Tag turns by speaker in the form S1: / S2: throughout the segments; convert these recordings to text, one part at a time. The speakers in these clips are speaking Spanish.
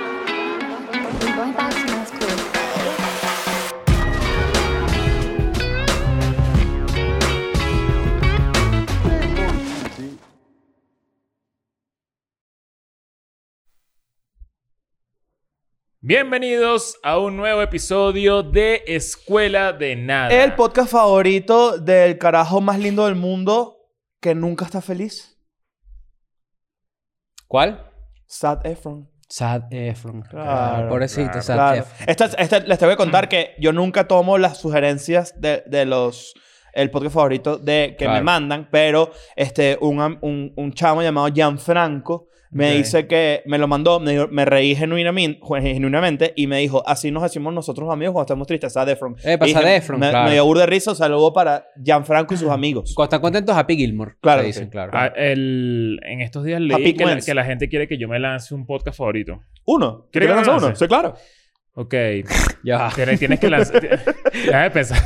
S1: I'm going back to my school today.
S2: Bienvenidos a un nuevo episodio de Escuela de Nada.
S3: El podcast favorito del carajo más lindo del mundo que nunca está feliz.
S4: ¿Cuál?
S3: Sad Efron.
S4: Sad Efron.
S3: Claro,
S4: Pobrecito, Sad
S3: Claro.
S4: Efron.
S3: Esta, esta- les tengo que
S4: Mm.
S3: contar que yo nunca tomo las sugerencias de, de los el podcast favorito de que me
S4: Claro.
S3: mandan, pero este un, am- un, un chamo llamado Gianfranco me
S4: Ok.
S3: dice que me lo mandó, me, dijo- me reí genuinamente, genuinamente y me dijo, así nos decimos nosotros amigos cuando estamos tristes, Sad Efron.
S4: Epa,
S3: Y dije,
S4: Zac Efron,
S3: me,
S4: claro. Ah.
S3: me dio burda de risa, un saludo para Gianfranco y sus amigos.
S4: Cuando están contentos, Happy Gilmore.
S3: Claro
S4: se
S3: que
S4: dicen,
S3: sí.
S4: claro.
S2: Ah, el- en estos días
S3: Happy
S2: leí que la,
S3: Wednesday.
S2: que la gente quiere que yo me lance un podcast favorito.
S3: Uno.
S2: ¿Quieres
S3: ¿Quieres lanzar
S2: ganar?
S3: uno? Sí, claro.
S2: Ok.
S4: Ya va.
S2: Tienes, tienes que lanzar. ti- Déjame pensar.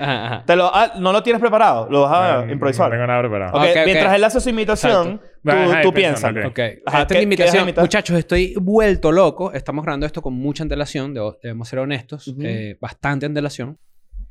S4: Ajá, ajá.
S3: Te lo, ah, no lo tienes preparado, lo vas a
S2: No,
S3: Ah, improvisar.
S2: No tengo nada preparado.
S3: Ok,
S4: Ok, ok.
S3: Mientras él hace su imitación, tú,
S2: Ajá, ahí
S3: tú
S2: pensando,
S3: piensas.
S2: ok.
S4: Ok.
S3: Ajá,
S4: Esta
S3: ¿qué-
S4: es
S3: qué
S4: mi
S3: vas a
S4: invitación.
S3: imitar?
S4: Muchachos, estoy vuelto loco. Estamos grabando esto con mucha antelación. debo- debemos ser honestos.
S3: Ujú. Mm.
S4: eh, bastante antelación.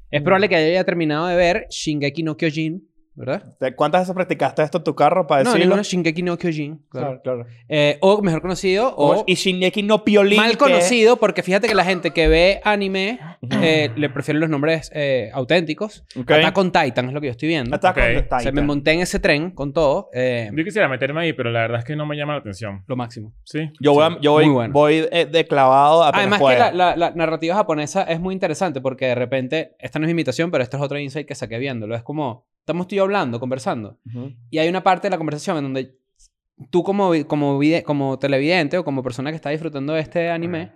S4: Es probable que haya terminado de ver Shingeki no Kyojin, ¿verdad?
S3: ¿Te- ¿Cuántas veces practicaste esto en tu carro para
S4: No,
S3: decirlo?
S4: ninguno Shingeki no Kyojin. Claro.
S3: claro, claro.
S4: Eh, o mejor conocido, o
S3: y Shineki no Piolín.
S4: mal
S3: que-
S4: conocido, porque fíjate que la gente que ve anime eh, le prefieren los nombres eh, auténticos.
S3: Ok.
S4: Attack on Titan es lo que yo estoy viendo.
S3: Attack on
S2: Ok.
S3: the
S4: O sea,
S3: Titan.
S4: me monté en ese tren con todo. eh,
S2: Yo quisiera meterme ahí, pero la verdad es que no me llama la atención.
S4: lo máximo.
S2: Sí.
S3: Yo voy, a- yo voy,
S4: Muy bueno.
S3: voy, eh, de clavado a
S4: Además que la, la- la narrativa japonesa es muy interesante porque de repente, esta no es mi imitación, pero esto es otro insight que saqué viéndolo. Es como, estamos tú y yo hablando, conversando. Y hay una parte de la conversación en donde tú como, vi- como, vide- como televidente o como persona que está disfrutando de este anime,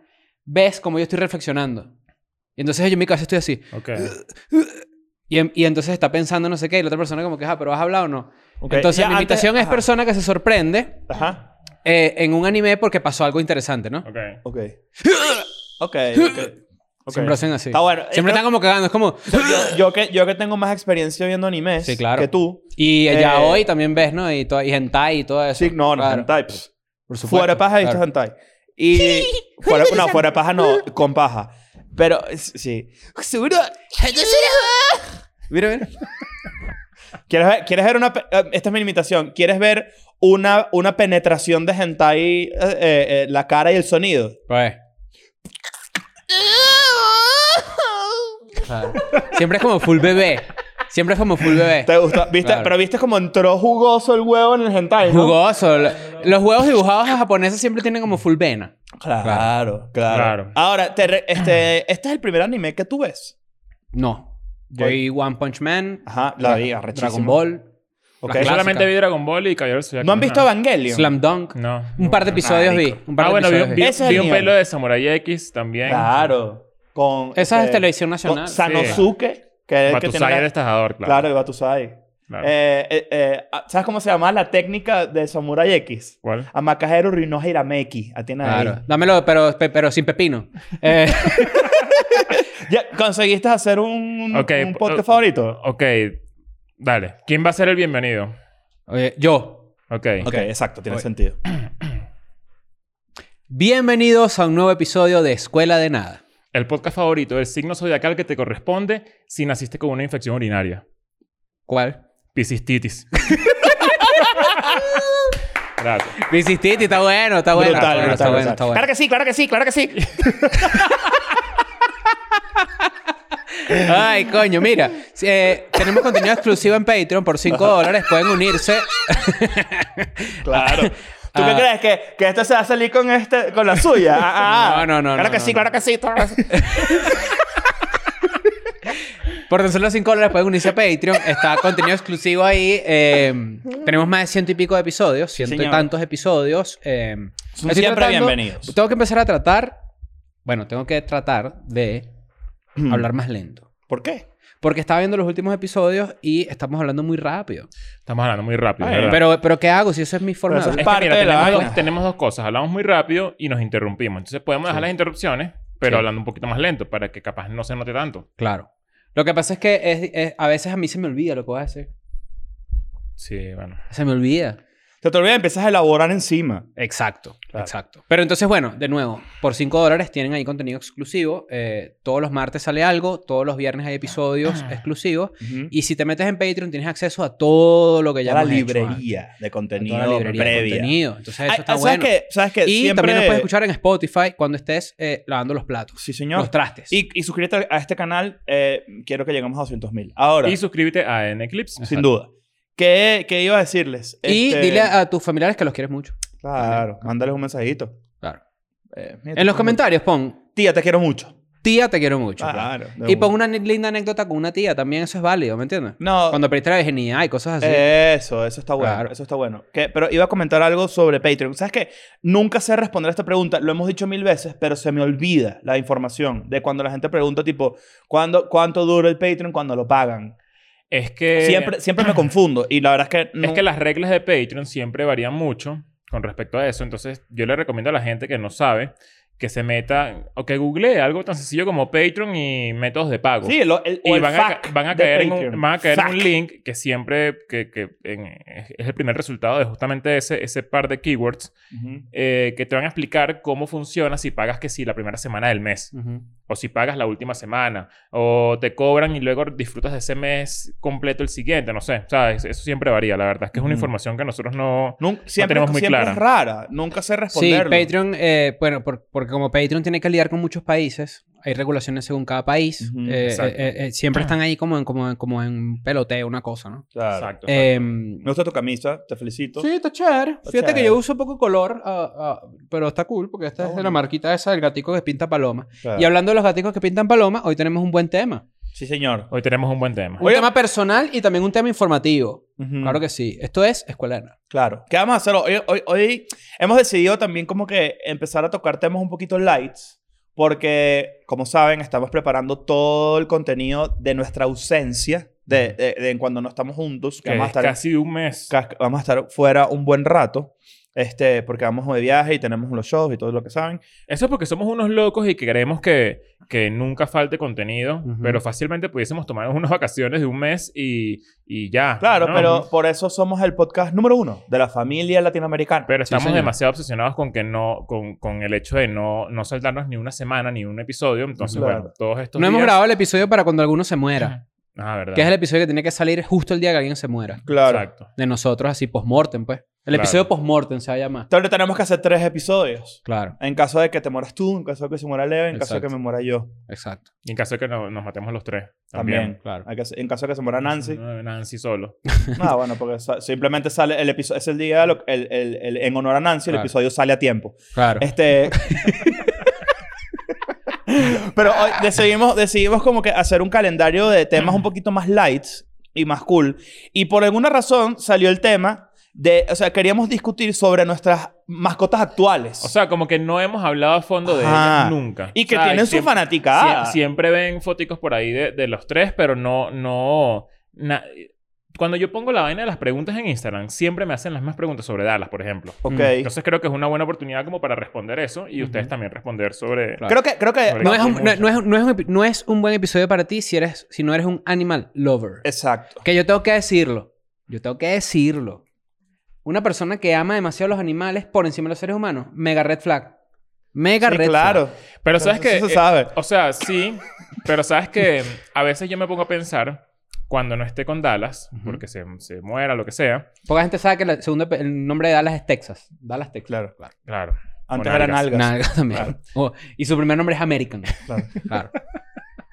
S4: ves como yo estoy reflexionando. Y entonces yo en mi casa estoy así.
S2: Ok.
S4: Y, en- y entonces está pensando no sé qué y la otra persona como que, ah, pero ¿has hablado o no? Entonces mi imitación es
S3: personal.
S4: persona que se sorprende
S3: Ajá.
S4: eh, en un anime porque pasó algo interesante, ¿no?
S2: Ok.
S3: Ok. Ok. ok.
S4: Siempre hacen así.
S3: Está bueno.
S4: Siempre
S3: Eh,
S4: están como cagando. Es como...
S3: yo, yo que, yo que tengo más experiencia viendo animes
S4: Sí, claro.
S3: que tú.
S4: Y ya
S3: Eh,
S4: hoy también ves, ¿no? Y, to- y hentai y todo eso.
S3: Sí, no, no,
S4: Claro.
S3: hentai, pss.
S4: Por supuesto.
S3: Fuera de paja he visto
S4: claro.
S3: hentai. Y... fuera, no, fuera de paja no, con paja. Pero, s- sí. Seguro...
S4: Mira, mira.
S3: ¿Quieres ver, quieres ver una... pe- eh, Esta es mi limitación. ¿Quieres ver una, una penetración de hentai, eh, eh, eh, la cara y el sonido?
S4: Pues. Claro. Siempre es como full bebé. Siempre es como full bebé.
S3: ¿Te gustó? ¿Viste?
S4: Claro.
S3: Pero viste como entró jugoso el huevo en el hentai, ¿no?
S4: Jugoso. Lo- Los juegos dibujados japoneses siempre tienen como full vena.
S3: Claro, claro.
S2: Claro.
S3: Ahora, te re- este, este es el primer anime que tú ves.
S4: No. Yo
S3: Ok.
S4: vi One Punch Man.
S3: Ajá, la vi, arrechísimo.
S4: Dragon Ball.
S3: Ok.
S4: las
S2: Yo
S4: clásicas.
S2: solamente vi Dragon Ball y Caballero del Zodiaco,
S3: ¿No han visto
S2: nada.
S3: Evangelion?
S4: Slam Dunk.
S2: No.
S4: Un par de episodios vi. Un par
S2: ah,
S4: de
S2: bueno, vi-
S4: episodios
S2: vi,
S4: vi.
S3: Ese es
S2: vi
S3: el
S2: un
S3: mío.
S2: pelo de Samurai X también.
S3: Claro. Con,
S4: Esa es
S3: este,
S4: televisión
S3: con
S4: nacional.
S3: Sanosuke, que es el que tiene
S2: Batusai
S3: la-
S2: era estajador, claro.
S3: Claro, el Batusai.
S2: Claro.
S3: Eh, eh, eh, ¿Sabes cómo se llama la técnica de Samurai X?
S2: ¿Cuál?
S3: Amakajero Rino Hirameki. A ti nadie.
S4: Claro. Dámelo, pero, pe- pero sin pepino. Eh,
S3: Ya, ¿Conseguiste hacer un,
S2: Ok,
S3: un
S2: po-
S3: podcast
S2: eh,
S3: favorito?
S2: Ok. Dale. ¿Quién va a ser el bienvenido?
S4: oye, yo.
S2: Ok.
S3: Ok, exacto, tiene
S4: Oye.
S3: sentido.
S4: Bienvenidos a un nuevo episodio de Escuela de Nada.
S2: El podcast favorito del signo zodiacal que te corresponde si naciste con una infección urinaria.
S4: ¿Cuál?
S2: Piscistitis. Gracias.
S4: Visititi, está bueno, está bueno.
S3: brutal,
S4: está bueno,
S3: brutal,
S4: está bueno,
S3: brutal.
S4: está bueno.
S3: Claro que sí, claro que sí, claro que sí.
S4: Ay, coño, mira. si, eh, tenemos contenido exclusivo en Patreon por 5 dólares. Pueden unirse.
S3: Claro. ¿Tú
S4: Ah.
S3: qué crees? ¿Que, que esto se va a salir con, este, con la suya? Ah, ah.
S4: No, no, no,
S3: Claro
S4: no,
S3: que
S4: no,
S3: sí,
S4: no.
S3: claro que sí. claro que sí.
S4: Por tan solo 5 dólares pueden unirse a Patreon. Está contenido exclusivo ahí. eh, tenemos más de ciento y pico de episodios. Ciento y
S3: señor.
S4: tantos episodios. eh,
S3: Son
S4: estoy
S3: siempre bienvenidos. Mm.
S4: Tengo que empezar a tratar... Bueno, tengo que tratar de hablar más lento.
S3: ¿Por qué?
S4: Porque estaba viendo los últimos episodios y estamos hablando muy rápido.
S2: Estamos hablando muy rápido.
S3: Ay,
S2: ¿verdad?
S4: Pero, pero ¿qué hago si eso es mi forma
S3: Pero eso
S4: de
S2: Es que,
S4: hablar?
S2: mira,
S3: parte de la
S2: tenemos,
S3: vaina.
S2: dos, tenemos dos cosas. Hablamos muy rápido y nos interrumpimos. Entonces podemos dejar
S4: Sí.
S2: las interrupciones, pero
S4: Sí.
S2: hablando un poquito más lento para que capaz no se note tanto.
S4: Claro. Lo que pasa es que es- es- a veces a mí se me olvida lo que voy a decir.
S2: Sí, bueno.
S4: Se me olvida.
S3: Se te olvida, empiezas a elaborar encima.
S4: Exacto,
S3: Claro.
S4: exacto. Pero entonces, bueno, de nuevo, por 5 dólares tienen ahí contenido exclusivo. eh, todos los martes sale algo, todos los viernes hay episodios exclusivos. Y si te metes en Patreon, tienes acceso a todo lo que ya
S3: Ya la
S4: hemos hecho,
S3: librería de
S4: ¿vale?
S3: contenido
S4: Toda la librería de
S3: previa.
S4: contenido. Entonces, eso
S3: Ay,
S4: está
S3: ¿Sabes
S4: bueno.
S3: qué? ¿Sabes qué?
S4: Y
S3: Siempre-
S4: también nos puedes escuchar en Spotify cuando estés eh, lavando los platos,
S3: Sí, señor.
S4: los trastes.
S3: Y, y suscríbete a este canal. eh, quiero que lleguemos a 200 mil. Ahora,
S2: Y suscríbete a En Eclipse.
S3: sin duda. ¿Qué, qué iba a decirles?
S4: Y
S3: Este,
S4: dile a tus familiares que los quieres mucho.
S3: Claro, mándales un mensajito.
S4: Claro.
S3: Eh, mira, te
S4: En
S3: quiero
S4: los comentarios pon,
S3: mucho. Tía, te quiero mucho.
S4: tía, te quiero mucho.
S3: Claro. Ah, de
S4: Y pon
S3: una.
S4: una ne- linda anécdota con una tía, también eso es válido, ¿me entiendes?
S3: No,
S4: Cuando perdiste la virginidad y cosas así.
S3: Eh, Eso, eso está bueno.
S4: Claro.
S3: Eso está bueno. Que- pero iba a comentar algo sobre Patreon. ¿Sabes qué? Nunca sé responder a esta pregunta. Lo hemos dicho mil veces, pero se me olvida la información de cuando la gente pregunta, tipo, ¿cuándo, ¿cuánto dura el Patreon cuando lo pagan?
S2: Es que.
S3: siempre, siempre me confundo. Y la verdad es que.
S2: Eh, Es
S3: no-
S2: que las reglas de Patreon siempre varían mucho con respecto a eso. Entonces, yo le recomiendo a la gente que no sabe que se meta o que googlee algo tan sencillo como Patreon y métodos de pago.
S3: Sí, lo- el, o
S2: Y
S3: el
S2: van a,
S3: FAQ
S2: van a
S3: de
S2: caer, en un,
S3: Patreon.
S2: van a caer en
S3: FAQ.
S2: un link que siempre que, que en- es el primer resultado de justamente ese, ese par de keywords
S3: Ujú.
S2: eh, que te van a explicar cómo funciona si pagas que sí la primera semana del mes
S4: Ujú.
S2: o si pagas la última semana o te cobran y luego disfrutas de ese mes completo el siguiente, no sé, ¿sabes? Eso siempre varía, la verdad es que es una
S3: Ujú.
S2: información que nosotros no...
S3: Nun- siempre
S2: tenemos muy
S3: siempre
S2: clara.
S3: es rara. Nunca sé
S4: Sí,
S3: responderlo.
S4: Patreon, eh, bueno, por- porque como Patreon tiene que lidiar con muchos países, hay regulaciones según cada país,
S3: Ujú,
S4: eh,
S2: exacto.
S4: eh, eh, siempre están ahí como en, como, en- como en peloteo, una cosa, ¿no?
S3: Claro. Eh,
S2: Exacto.
S4: Em,
S3: Me gusta tu camisa, te felicito.
S4: sí, está chévere. Fíjate
S3: chévere.
S4: que yo uso poco color, ah, ah, pero está cool porque esta
S3: Está
S4: es de la
S3: bonito.
S4: marquita esa del gatico que pinta paloma.
S3: Claro.
S4: Y hablando de los gaticos que pintan paloma, hoy tenemos un buen tema.
S3: Sí, señor.
S2: Hoy tenemos un buen tema.
S4: Un
S3: Oye.
S4: tema personal y también un tema informativo.
S3: Ujú.
S4: Claro que sí. Esto es Escuela de Nada.
S3: Claro. ¿Qué vamos a hacer hoy? Hoy, hoy hemos decidido también como que empezar a tocar temas un poquito lights. Porque, como saben, estamos preparando todo el contenido de nuestra ausencia de, de- de cuando no estamos juntos. Que
S2: Que
S3: vamos,
S2: es
S3: a estar,
S2: casi un mes.
S3: ca- vamos a estar fuera un buen rato. Este, porque vamos de viaje y tenemos los shows y todo lo que saben.
S2: Eso es porque somos unos locos y que queremos que, que nunca falte contenido,
S4: Ujú.
S2: pero fácilmente pudiésemos tomarnos unas vacaciones de un mes y, y ya.
S3: Claro,
S2: ¿no?
S3: pero por eso somos el podcast número uno de la familia latinoamericana.
S2: Pero
S4: Sí,
S2: estamos
S4: señor.
S2: demasiado obsesionados con que no, con, con el hecho de no, no saltarnos ni una semana ni un episodio. Entonces,
S3: Claro.
S2: bueno, todos estos
S4: No hemos
S2: días-
S4: grabado el episodio para cuando alguno se muera.
S2: Ah, verdad.
S4: Que es el episodio que tiene que salir justo el día que alguien se muera.
S3: claro.
S2: Exacto.
S4: De nosotros, así post-mortem, pues. El
S2: Claro.
S4: episodio post-mortem se va a llamar.
S3: Entonces tenemos que hacer tres episodios.
S4: Claro,
S3: En caso de que te mueras tú, en caso de que se muera Leo, en caso de que
S4: Exacto.
S3: me muera yo.
S4: exacto.
S2: Y en caso de que no- nos matemos los tres.
S3: También.
S2: También.
S4: Claro.
S3: Hay que- en caso de que se muera Nancy.
S2: No, Nancy solo.
S3: No, bueno, porque sa- simplemente sale el episodio. Es el día, lo- el- el- el- en honor a Nancy, el
S4: Claro.
S3: episodio sale a tiempo.
S4: Claro.
S3: Este. Pero hoy decidimos, decidimos como que hacer un calendario de temas un poquito más light y más cool. Y por alguna razón salió el tema de. O sea, queríamos discutir sobre nuestras mascotas actuales.
S2: O sea, como que no hemos hablado a fondo de
S3: Ajá.
S2: ellas nunca.
S3: y que
S2: O sea,
S3: tienen su
S2: siempre-
S3: fanaticada.
S2: Sie- siempre ven foticos por ahí de, de los tres, pero no, no. na- cuando yo pongo la vaina de las preguntas en Instagram, siempre me hacen las mismas preguntas sobre Dallas, por ejemplo.
S3: Ok.
S2: Entonces creo que es una buena oportunidad como para responder eso y ustedes
S4: Ujú.
S2: también responder sobre.
S4: Claro.
S3: Creo que. Creo que
S2: Sobre-
S4: No es, un, no,
S2: mucho.
S4: no es, no es un epi- no es un buen episodio para ti si, eres, si no eres un animal lover.
S3: exacto.
S4: Que yo tengo que decirlo. Yo tengo que decirlo. Una persona que ama demasiado a los animales por encima de los seres humanos. Mega red flag. Mega
S3: Sí,
S4: red flag.
S3: claro.
S2: Pero sabes que. eh,
S3: Eso se sabe.
S2: O sea, sí, pero sabes que a veces yo me pongo a pensar cuando no esté con Dallas,
S4: Ujú.
S2: porque se, se muera, lo que sea.
S4: Poca gente sabe que la segunda- el nombre de Dallas es Texas. Dallas, Texas.
S3: Claro.
S2: Claro.
S3: Antes
S2: Con
S3: eran
S2: nalgas.
S3: nalgas.
S4: Nalgas también.
S3: Claro.
S4: Oh, y su primer nombre es American.
S3: Claro.
S4: Claro,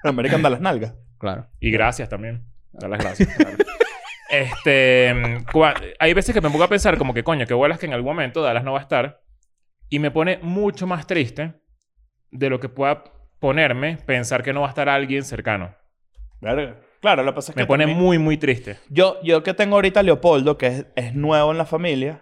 S3: Pero American da las nalgas.
S4: claro.
S2: Y gracias también. Dar las gracias. claro. Este, mm, cua- hay veces que me pongo a pensar como que coño, que vuelas que en algún momento Dallas no va a estar y me pone mucho más triste de lo que pueda ponerme pensar que no va a estar alguien cercano.
S3: Verga. Claro, lo que pasa es que.
S2: Me pone
S3: también-
S2: muy muy triste.
S3: Yo, yo que tengo ahorita a Leopoldo, que es, es nuevo en la familia,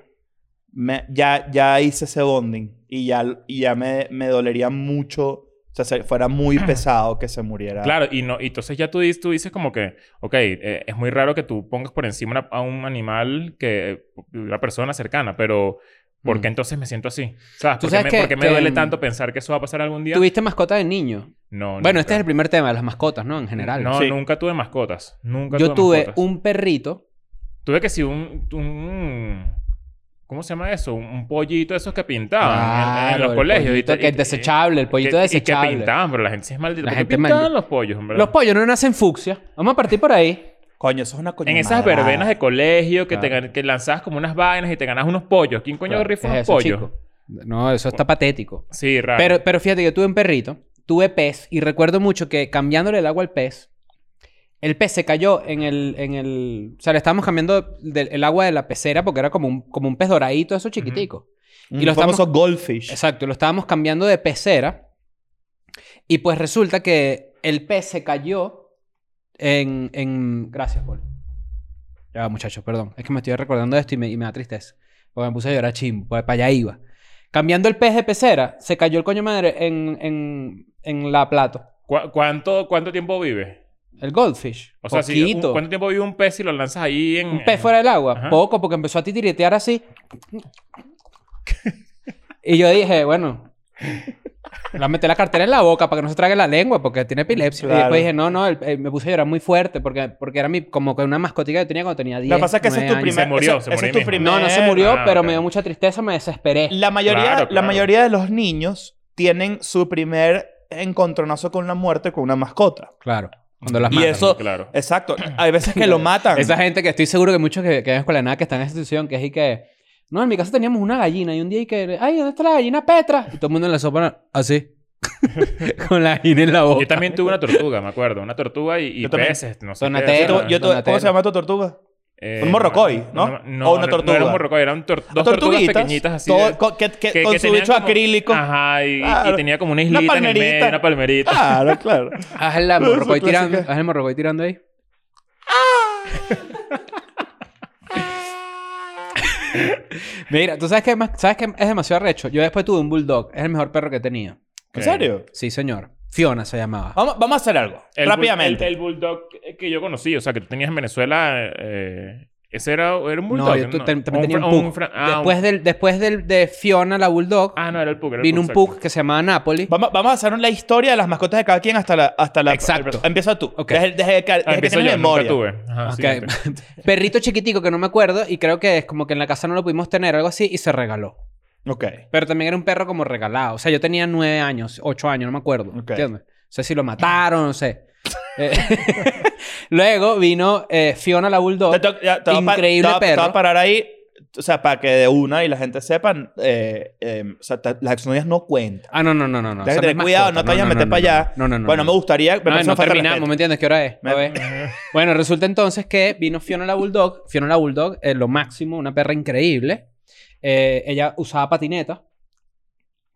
S3: me- ya, ya hice ese bonding. Y ya, y ya me, me dolería mucho O sea, se- fuera muy pesado que se muriera.
S2: Claro, y, no, y entonces ya tú, dices- tú dices como que, ok, eh, es muy raro que tú pongas por encima una- a un animal que una persona cercana, pero ¿por qué
S4: Mm.
S2: entonces me siento así? ¿Sabes?
S4: Tú
S2: ¿Por,
S4: sabes
S2: qué, me,
S4: que-
S2: por qué me
S4: que,
S2: duele
S4: mm,
S2: tanto pensar que eso va a pasar algún día?
S4: ¿Tuviste mascota de niño?
S2: No,
S4: bueno,
S2: nunca.
S4: este es el primer tema de las mascotas, ¿no? En general.
S2: No,
S3: Sí.
S2: nunca tuve mascotas. Nunca
S4: Yo tuve
S2: mascotas.
S4: un perrito.
S2: Tuve que sí, un, un- ¿Cómo se llama eso? Un, un pollito de esos que pintaban Ah, en- en,
S4: Claro,
S2: los
S4: el
S2: colegios.
S4: pollito
S2: te-
S4: que es desechable, el pollito
S2: que- Y que
S4: desechable.
S2: pintaban, pero la gente sí es maldita.
S4: La
S2: ¿Por qué
S4: gente es
S2: pintaban
S4: maldita.
S2: los pollos, en verdad?
S4: Los pollos no nacen fucsia. Vamos a partir por ahí.
S3: Coño, eso es una coña
S2: En esas
S3: madrada.
S2: verbenas de colegio que, te
S4: Claro.
S2: gan- que lanzabas como unas vainas y te ganabas unos pollos. ¿Quién coño
S4: Claro,
S2: rifa
S4: es
S2: unos
S4: eso,
S2: pollos?
S4: chico. No, eso está patético.
S2: Sí, raro.
S4: Pero, pero fíjate que tuve un perrito, tuve pez, y recuerdo mucho que cambiándole el agua al pez, el pez se cayó en el. En el o sea, le estábamos cambiando del- el agua de la pecera porque era como un, como un pez doradito, eso chiquitico.
S3: Un
S4: Y los
S3: famoso goldfish.
S4: Exacto, lo estábamos cambiando de pecera. Y pues resulta que el pez se cayó en. en... Gracias, Paul. Ya, va, muchachos, perdón. Es que me estoy recordando de esto y me, y me da tristeza. Porque me puse a llorar chimbo, pues para allá iba. Cambiando el pez de pecera, se cayó el coño madre en, en, en la plato.
S2: ¿Cu- cuánto, ¿Cuánto tiempo vive?
S4: El goldfish.
S2: O sea, si, un-
S4: Poquito.
S2: ¿cuánto tiempo vive un pez y lo lanzas ahí en.
S4: Un pez
S2: en-
S4: fuera del agua.
S2: Ajá.
S4: Poco, porque empezó a titiretear así. y yo dije, bueno. La metí la cartera en la boca para que no se trague la lengua porque tiene epilepsia. Y
S3: Claro.
S4: después dije, no, no, el- eh, me puse a llorar muy fuerte porque, porque era mi, como que una mascotica que tenía cuando tenía 10.
S3: Lo que pasa es que ese es tu
S4: nueve años.
S3: primer...
S2: Se murió,
S3: ese-
S2: se
S3: ese
S2: murió
S3: es tu
S2: mismo.
S3: primer...
S4: No, no se murió,
S2: Ah,
S4: pero
S2: ok.
S4: me dio mucha tristeza, me desesperé.
S3: La mayoría,
S2: Claro,
S3: la
S2: claro.
S3: mayoría de los niños tienen su primer encontronazo con la muerte con una mascota.
S4: Claro. Cuando las
S3: Y
S4: matan.
S3: eso-
S2: Claro.
S3: Exacto. Hay veces que lo matan.
S4: Esa gente que estoy seguro que muchos que, que en escuela de nada que están en esa situación, que es y que. No, en mi casa teníamos una gallina y un día y que. ¡Ay, ¿dónde está la gallina Petra? Y todo el mundo en la sopa así. Con la gallina en la boca.
S2: Yo también tuve una tortuga, me acuerdo. Una tortuga y, y
S3: Yo también.
S2: peces. No sé.
S4: Donatello.
S2: qué,
S3: Yo
S2: o sea,
S3: tu- yo tu- ¿Cómo
S4: Donatello.
S3: se llama tu tortuga?
S2: eh,
S3: un morrocoy,
S2: No,
S3: ¿no? O una
S2: no- No
S3: tortuga.
S2: era un morrocoy, eran tor- dos tortugas
S3: Tortuguitas,
S2: pequeñitas así.
S3: todo-
S2: de-
S3: con, que- que-
S2: que-
S3: con
S2: que
S3: su
S2: tenían
S3: bicho
S2: como-
S3: acrílico.
S2: Ajá, y, y
S3: Claro.
S2: tenía como una islita en el medio,
S3: palmerita. Ah,
S2: una palmerita.
S3: Claro, claro.
S4: Haz el morrocoy
S3: Su clásica.
S4: tirando. Haz el morrocoy tirando ahí. Mira, tú sabes que, es más- sabes que es demasiado arrecho. Yo después tuve un bulldog. Es el mejor perro que tenía.
S2: Ok.
S3: ¿En serio?
S4: Sí, señor. Fiona se llamaba.
S3: Vamos, vamos a hacer algo.
S2: El bull-
S3: rápidamente.
S2: el, el bulldog que- que yo conocí, o sea, que tú tenías en Venezuela, eh, ese era, era un bulldog.
S4: no, yo tu- tam- también tenía un pug. después del, después del, de Fiona, la bulldog,
S2: Ah, no, era el pug. era el
S4: vino un
S2: exacto.
S4: pug que se llamaba Napoli.
S3: Vamos, vamos a hacer la historia de las mascotas de cada quien hasta la... Hasta la
S4: Exacto.
S3: Empieza tú.
S4: Ok.
S3: Desde, desde que, desde
S2: Ah,
S3: que
S2: empiezo
S3: tienes
S2: yo,
S3: memoria.
S2: nunca tuve. Ajá,
S4: Ah, Ok.
S2: siguiente.
S4: Perrito chiquitico que no me acuerdo y creo que es como que en la casa no lo pudimos tener, algo así, y se regaló.
S3: Ok.
S4: Pero también era un perro como regalado. O sea, yo tenía nueve años, ocho años, no me acuerdo.
S3: Ok.
S4: ¿Entiendes? No sé si lo mataron, no sé. Eh, Luego vino eh, Fiona la Bulldog.
S3: Te to- ya, te voy a pa- te
S4: Increíble
S3: voy a- Te voy
S4: perro.
S3: a parar ahí. O sea, para que de una y la gente sepan, eh, eh, o sea, te- las exnovias no cuentan.
S4: Ah, no, no, no, no. no.
S3: Tienes
S4: Esa
S3: que tener
S4: es mascota.
S3: cuidado, no te vayas a meter para allá.
S4: No, no, no.
S3: bueno, me gustaría...
S4: No,
S3: me
S4: no
S3: no
S4: terminamos, ¿me entiendes? ¿Qué hora es?
S3: Me-
S4: A ver. Bueno, resulta entonces que vino Fiona la Bulldog. Fiona la Bulldog, eh, lo máximo, una perra increíble. Eh, ella usaba patineta,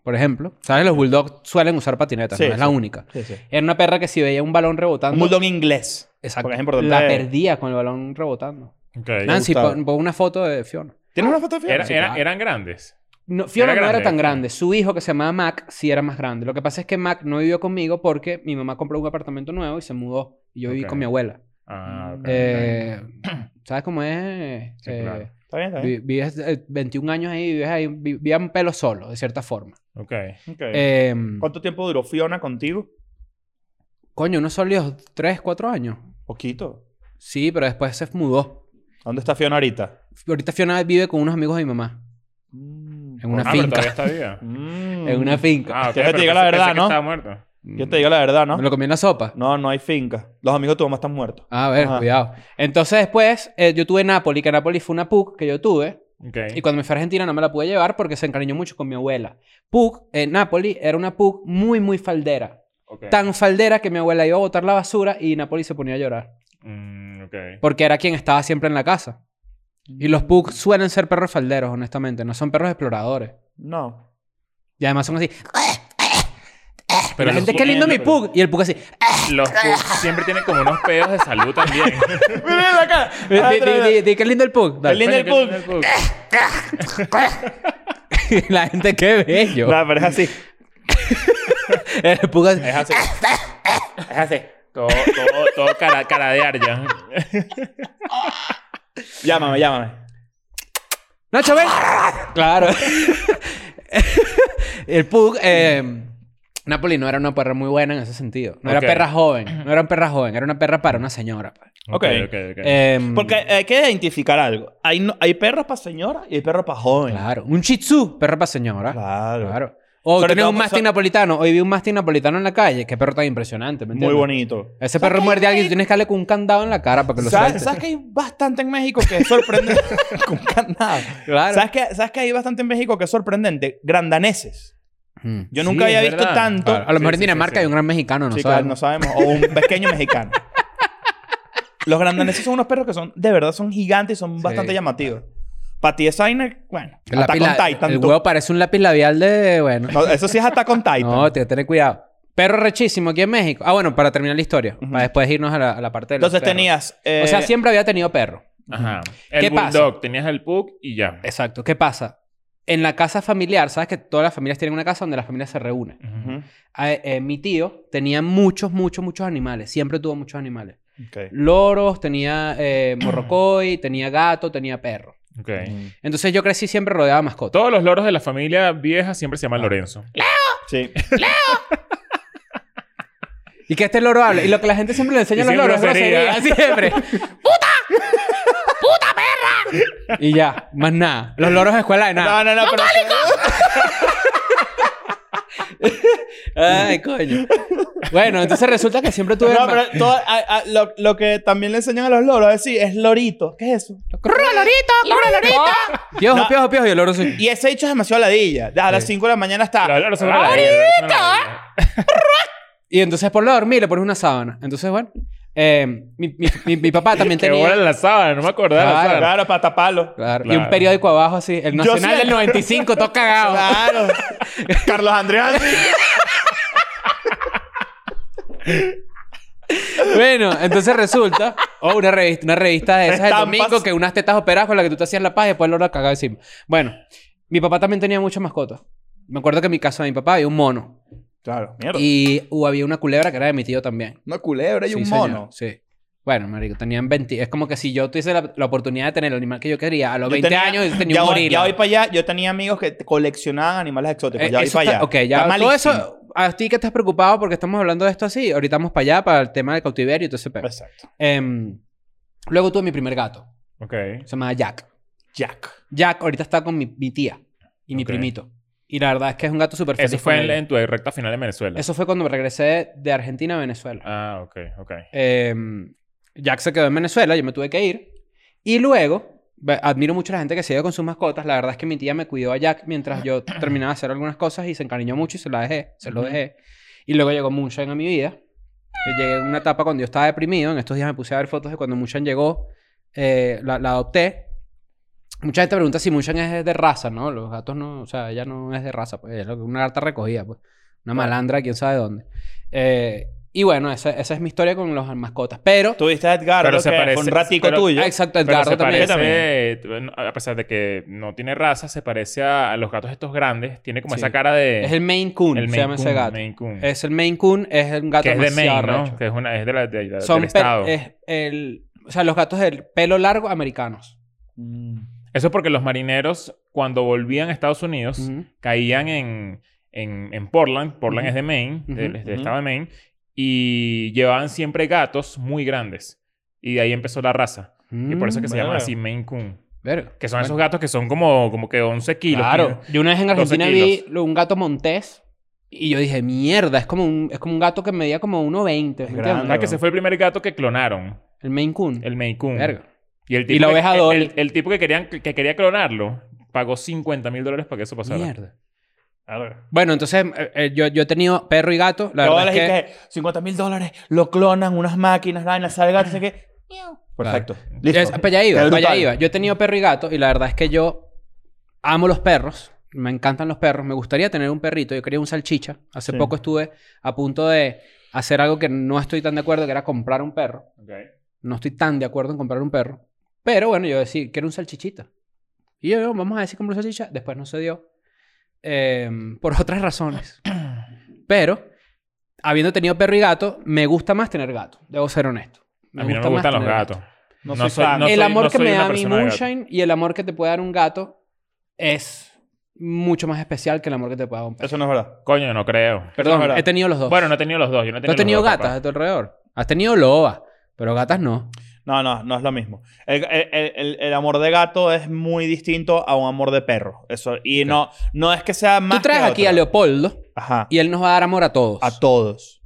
S4: por ejemplo. ¿Sabes? Los Bulldogs suelen usar patinetas,
S3: Sí,
S4: no es la
S3: sí.
S4: única. Era una perra que si veía un balón rebotando...
S3: Un bulldog inglés.
S4: Exacto.
S3: Porque es importante-
S4: La perdía con el balón rebotando.
S2: Ok.
S4: Nancy,
S3: gustaba.
S4: pon, pon una foto de Fiona.
S3: ¿Tienes una foto de
S2: Era-
S3: Fiona?
S4: Ah, sí,
S2: era-
S4: claro.
S2: eran grandes.
S4: No, Fiona
S2: Era
S4: no era
S2: grande.
S4: tan grande. Su hijo, que se llamaba Mac, sí era más grande. Lo que pasa es que Mac no vivió conmigo porque mi mamá compró un apartamento nuevo y se mudó. Y yo viví
S2: Ok.
S4: con mi abuela.
S2: Ah, ok, ok.
S4: Eh, ¿Sabes cómo es?
S2: Sí,
S4: Eh,
S2: claro.
S3: Está bien, está
S4: vi-
S3: bien.
S4: Vives eh, 21 años ahí, vives ahí, vi- vivía un pelo solo, de cierta forma.
S2: Ok.
S3: Ok.
S4: Eh,
S3: ¿Cuánto tiempo duró Fiona contigo?
S4: coño, unos sólidos 3, 4 años.
S3: Poquito.
S4: Sí, pero después se mudó.
S3: ¿Dónde está Fiona ahorita?
S4: Ahorita Fiona vive con unos amigos de mi mamá. En una
S2: ah, pero
S4: finca.
S2: todavía está viva.
S3: Mm.
S4: En una finca.
S2: Ah, ok.
S3: Ya te
S2: pero
S3: digo la
S2: pensé-
S3: verdad,
S2: pensé que
S3: ¿no?
S2: Estaba muerto.
S3: Yo te digo la verdad, ¿no?
S4: ¿Me lo comí en la sopa? Ah,
S3: No, no hay finca. Los amigos de tu mamá están muertos.
S4: A ver,
S3: Ajá.
S4: cuidado. Entonces después eh, yo tuve Napoli, que Napoli fue una PUC que yo tuve.
S2: Ok.
S4: Y cuando me fui a Argentina no me la pude llevar porque se encariñó mucho con mi abuela. PUC, en Napoli, era una PUC muy, muy faldera.
S2: Ok.
S4: Tan faldera que mi abuela iba a botar la basura y Napoli se ponía a llorar.
S2: Mm, ok.
S4: Porque era quien estaba siempre en la casa. Y los PUC
S2: Mm.
S4: suelen ser perros falderos, honestamente. No son perros exploradores.
S3: No.
S4: Y además son así.
S2: Pero
S4: la
S2: los
S4: gente,
S2: Pug-
S4: qué lindo mi
S2: pero-
S4: PUC. Y el PUC así.
S2: Los Pug siempre tienen como unos pedos de salud también.
S3: Miren la cara.
S4: Di, di- di- di, qué lindo el PUC.
S3: Qué lindo el
S2: Coño,
S3: Pug.
S2: qué lindo el Pug.
S4: la gente, qué bello.
S3: No, pero es así.
S4: El puga-
S2: Es así. es así. Todo, todo, todo cara, caradear ya.
S3: Llámame, llámame.
S4: ¡Nacho, ven! claro. el Pug... eh, Napoli no era una perra muy buena en ese sentido. No
S2: Ok.
S4: era perra joven. No era una perra joven. Era una perra para una señora. pues.
S3: Ok.
S2: ok, ok. Mm.
S4: Em,
S3: Porque hay que identificar algo. Hay, no- hay perros para señora y hay perros para joven.
S4: Claro. Un shih tzu, perro para señora.
S3: Claro.
S4: Claro. O
S3: Sobre
S4: tienes
S3: todo-
S4: un mastín
S3: so-
S4: napolitano. Hoy vi un mastín napolitano en la calle. Qué perro tan impresionante, ¿me
S3: Muy
S4: entiendes?
S3: bonito.
S4: Ese perro muerde a alguien y tienes que darle con un candado en la cara para que lo
S3: ¿Sabes,
S4: suelte.
S3: ¿Sabes que hay bastante en México que es sorprendente? Con candado.
S4: Claro.
S3: ¿Sabes que, ¿Sabes que hay bastante en México que es sorprendente? Grandaneses.
S4: Mm.
S3: Yo
S2: Sí,
S3: nunca había
S2: es
S3: visto
S2: verdad.
S3: tanto.
S4: A lo
S2: Sí,
S4: mejor
S2: sí,
S4: en
S2: sí,
S4: Dinamarca
S2: sí.
S4: hay un gran mexicano, no
S3: Sí,
S4: sabes.
S3: claro, no sabemos. O un pequeño mexicano. Los grandaneses son unos perros que son, de verdad, son gigantes y son bastante llamativos. Para ti, designer, bueno,
S4: El, lápiz
S3: Attack on
S4: la-
S3: Titan.
S4: el
S3: tú.
S4: huevo parece un lápiz labial de... Bueno.
S3: No, eso sí es Attack on Titan.
S4: No, tienes que tener cuidado. Perro rechísimo aquí en México. Ah, bueno, para terminar la historia. Para después irnos a la, a la parte de los
S3: Entonces
S4: perros.
S3: tenías. eh,
S4: O sea, siempre había tenido perro.
S2: Ajá. El
S4: ¿Qué pasa? Eh,
S2: bulldog. Tenías el pug y ya.
S4: Exacto. ¿Qué pasa? En la casa familiar, ¿sabes que todas las familias tienen una casa donde las familias se reúnen?
S2: Ujú.
S3: Ujú.
S4: Ah, eh, eh, mi tío tenía muchos, muchos, muchos animales. Siempre tuvo muchos animales.
S3: Ok.
S4: Loros, tenía eh, morrocoy, tenía gato, tenía perro.
S2: Ok.
S4: Entonces yo crecí siempre rodeado de mascotas.
S2: Todos los loros de la familia vieja siempre se
S4: Ah.
S2: llaman Lorenzo.
S3: Sí.
S4: Y que este loro habla. Y lo que la gente siempre le enseña
S2: Y
S4: a los
S2: siempre
S4: loros es
S2: grosería.
S4: grosería. Siempre. ¡Puta! ¡Puta perra! Y ya. Más nada. Los loros de escuela de nada.
S3: No, no, no, pero.
S4: Ay, coño. Bueno, entonces resulta que siempre tuve...
S3: No,
S4: herma-
S3: pero todo- a- a- lo, lo que también le enseñan a los loros es decir, es lorito. ¿Qué es eso?
S4: ¡Corre, lorito! ¡Corre, lorito! Piojo,
S3: No.
S4: piojo, piojo. Y el loro soy...
S3: Y ese hecho es demasiado ladilla. A las 5 de la mañana está.
S2: Los loros son una ladilla, los loros son una ladilla.
S4: Y entonces por lo dormir le pones una sábana. Entonces, bueno, eh, mi, mi- mi- mi papá también
S2: Que bola
S4: tenía...
S2: la sábana. No me acordaba. de la
S4: Claro.
S2: sábana.
S3: Claro, para taparlo.
S4: Claro. Y
S2: Claro.
S4: un periódico abajo así. El
S3: Yo
S4: Nacional
S3: sí-
S4: del 95, todo cagado.
S3: Claro. Carlos Andreas.
S4: bueno, entonces resulta... O una revista, una revista de esas el
S3: Estampas.
S4: domingo que unas tetas operadas con las que tú te hacías la paz y después el loro cagado encima. Bueno, mi papá también tenía muchas mascotas. Me acuerdo que en mi casa de mi papá había un mono.
S3: Claro, mierda.
S4: Y uh, había una culebra que era de mi tío también.
S3: Una culebra y
S4: Sí,
S3: un
S4: señor,
S3: mono.
S4: sí. Bueno, marico, tenían 20... Es como que si yo tuviese la, la oportunidad de tener el animal que yo quería a los
S3: Yo
S4: 20
S3: tenía-
S4: años, yo tenía
S3: ya
S4: un
S3: voy-
S4: gorila.
S3: Ya voy para allá. Yo tenía amigos que te- coleccionaban animales exóticos.
S4: Eh,
S3: ya voy
S4: eso
S3: para
S4: está-
S3: allá.
S4: Ok, ya.
S3: Está
S4: todo
S3: malísimo.
S4: eso... A ti que estás preocupado porque estamos hablando de esto así. Ahorita vamos para allá, para el tema del cautiverio y todo ese pedo.
S3: Exacto.
S4: Em, luego tuve mi primer gato.
S2: Ok.
S4: Se llamaba Jack.
S3: Jack.
S4: Jack ahorita está con mi, mi tía y mi
S2: Ok.
S4: primito. Y la verdad es que es un gato súper feliz
S2: Eso fue
S4: con
S2: en,
S4: él.
S2: en tu recta final en Venezuela.
S4: Eso fue cuando me regresé de Argentina a Venezuela.
S2: Ah, ok, ok.
S4: Em, Jack se quedó en Venezuela, yo me tuve que ir. Y luego, ve- admiro mucho a la gente que se iba con sus mascotas. La verdad es que mi tía me cuidó a Jack mientras yo terminaba de hacer algunas cosas y se encariñó mucho y se la dejé, se lo
S2: Ujú.
S4: dejé. Y luego llegó Moonshine a mi vida. Yo llegué en una etapa cuando yo estaba deprimido. En estos días me puse a ver fotos de cuando Moonshine llegó. eh, la, la adopté. Mucha gente pregunta si Moonshine es de raza, ¿no? Los gatos no, o sea, ella no es de raza, pues ella es lo que- una gata recogida, pues. Una malandra, quién sabe dónde. Eh, y bueno, esa, esa es mi historia con los mascotas. Pero,
S3: Tuviste a Edgar,
S2: Pero
S3: ¿no?
S2: se
S3: que
S2: parece-
S3: fue un ratico
S2: pero-
S3: tuyo.
S4: Ah, exacto,
S2: Pero
S4: Edgardo
S2: se
S4: también.
S2: parece, eh, a pesar de que no tiene raza, se parece a, a los gatos estos grandes. Tiene como
S4: Sí.
S2: esa cara de...
S4: Es el Maine Coon,
S2: el
S4: se
S2: Maine
S4: llama ese
S2: Coon,
S4: gato.
S2: Maine Coon.
S4: Es el Maine Coon, es un gato
S2: que es de
S4: demasiado
S2: Maine, ¿no?
S4: arrecho.
S2: Que es, una, es de la, de- de-
S4: Son eh,
S2: del
S4: pe-
S2: estado.
S4: es el, o sea, los gatos del pelo largo americanos.
S3: Mm.
S2: Eso es porque los marineros, cuando volvían a Estados Unidos,
S4: Ujú.
S2: caían en, en, en Portland. Portland
S4: Ujú.
S2: es de Maine,
S4: Ujú,
S2: del, del
S3: ujú.
S2: estado de Maine. Y llevaban siempre gatos muy grandes. Y de ahí empezó la raza. Y por eso es que se
S3: Mm,
S2: llaman
S3: verga.
S2: así Maine Coon.
S4: Verga.
S2: Que son esos gatos que son como, como que 11 kilos.
S4: Claro. Yo una vez en
S2: 12
S4: Argentina vi lo- un gato montés y yo dije, mierda, es como un, es como un gato que medía como 1,20. ¿me entiendes?
S3: grande.
S2: Ah, que ese fue el primer gato que clonaron.
S4: El Maine Coon.
S2: El Maine Coon.
S4: Verga.
S2: Y, el
S4: Y la
S2: que-
S4: oveja
S2: el-
S4: Dolly.
S2: El, el tipo que, querían, que quería clonarlo pagó 50 mil dólares para que eso pasara.
S4: Mierda.
S2: Claro.
S4: Bueno, entonces eh, eh, yo, yo he tenido perro y gato. La
S3: Yo
S4: verdad
S3: les
S4: es que...
S3: dije, 50 mil dólares, lo clonan, unas máquinas, vainas, sale el gato, sé qué. Miau. Perfecto. Listo.
S4: Es- para allá iba,
S3: Qué
S4: para allá
S3: brutal.
S4: iba. Yo he tenido perro y gato y la verdad es que yo amo los perros. Me encantan los perros. Me gustaría tener un perrito. Yo quería un salchicha. Hace
S3: Sí.
S4: poco estuve a punto de hacer algo que no estoy tan de acuerdo, que era comprar un perro. No estoy tan de acuerdo en comprar un perro. Pero bueno, yo decía, quiero un salchichita. Y yo, yo, vamos a decir, compro un salchicha. Después no se dio. Em, por otras razones. Pero, habiendo tenido perro y gato, me gusta más tener gato. Debo ser honesto.
S2: A mí no me gustan los
S4: tener
S2: gatos. No
S3: No soy
S2: soy-
S3: fan.
S2: no-
S4: el amor
S2: no
S4: que
S2: soy
S4: me
S2: una
S4: da mi
S2: persona de gato.
S4: moonshine y el amor que te puede dar un gato es mucho más especial que el amor que te puede dar un perro.
S3: Eso no es verdad.
S2: Coño, no creo.
S3: es
S4: Perdón,
S3: verdad.
S4: he tenido los dos.
S2: Bueno, no he tenido los dos. Yo no he
S4: ¿Tú
S2: tenido,
S4: has tenido
S2: los dos,
S4: gatas
S2: papá.
S4: a tu alrededor? Has tenido lobas, pero gatas no.
S3: No, no, no es lo mismo. El, el- el- el amor de gato es muy distinto a un amor de perro. Eso, y no, no es que sea más.
S4: Tú traes
S3: que
S4: aquí
S3: otro.
S4: a Leopoldo
S3: Ajá.
S4: y él nos va a dar amor a todos.
S3: A todos.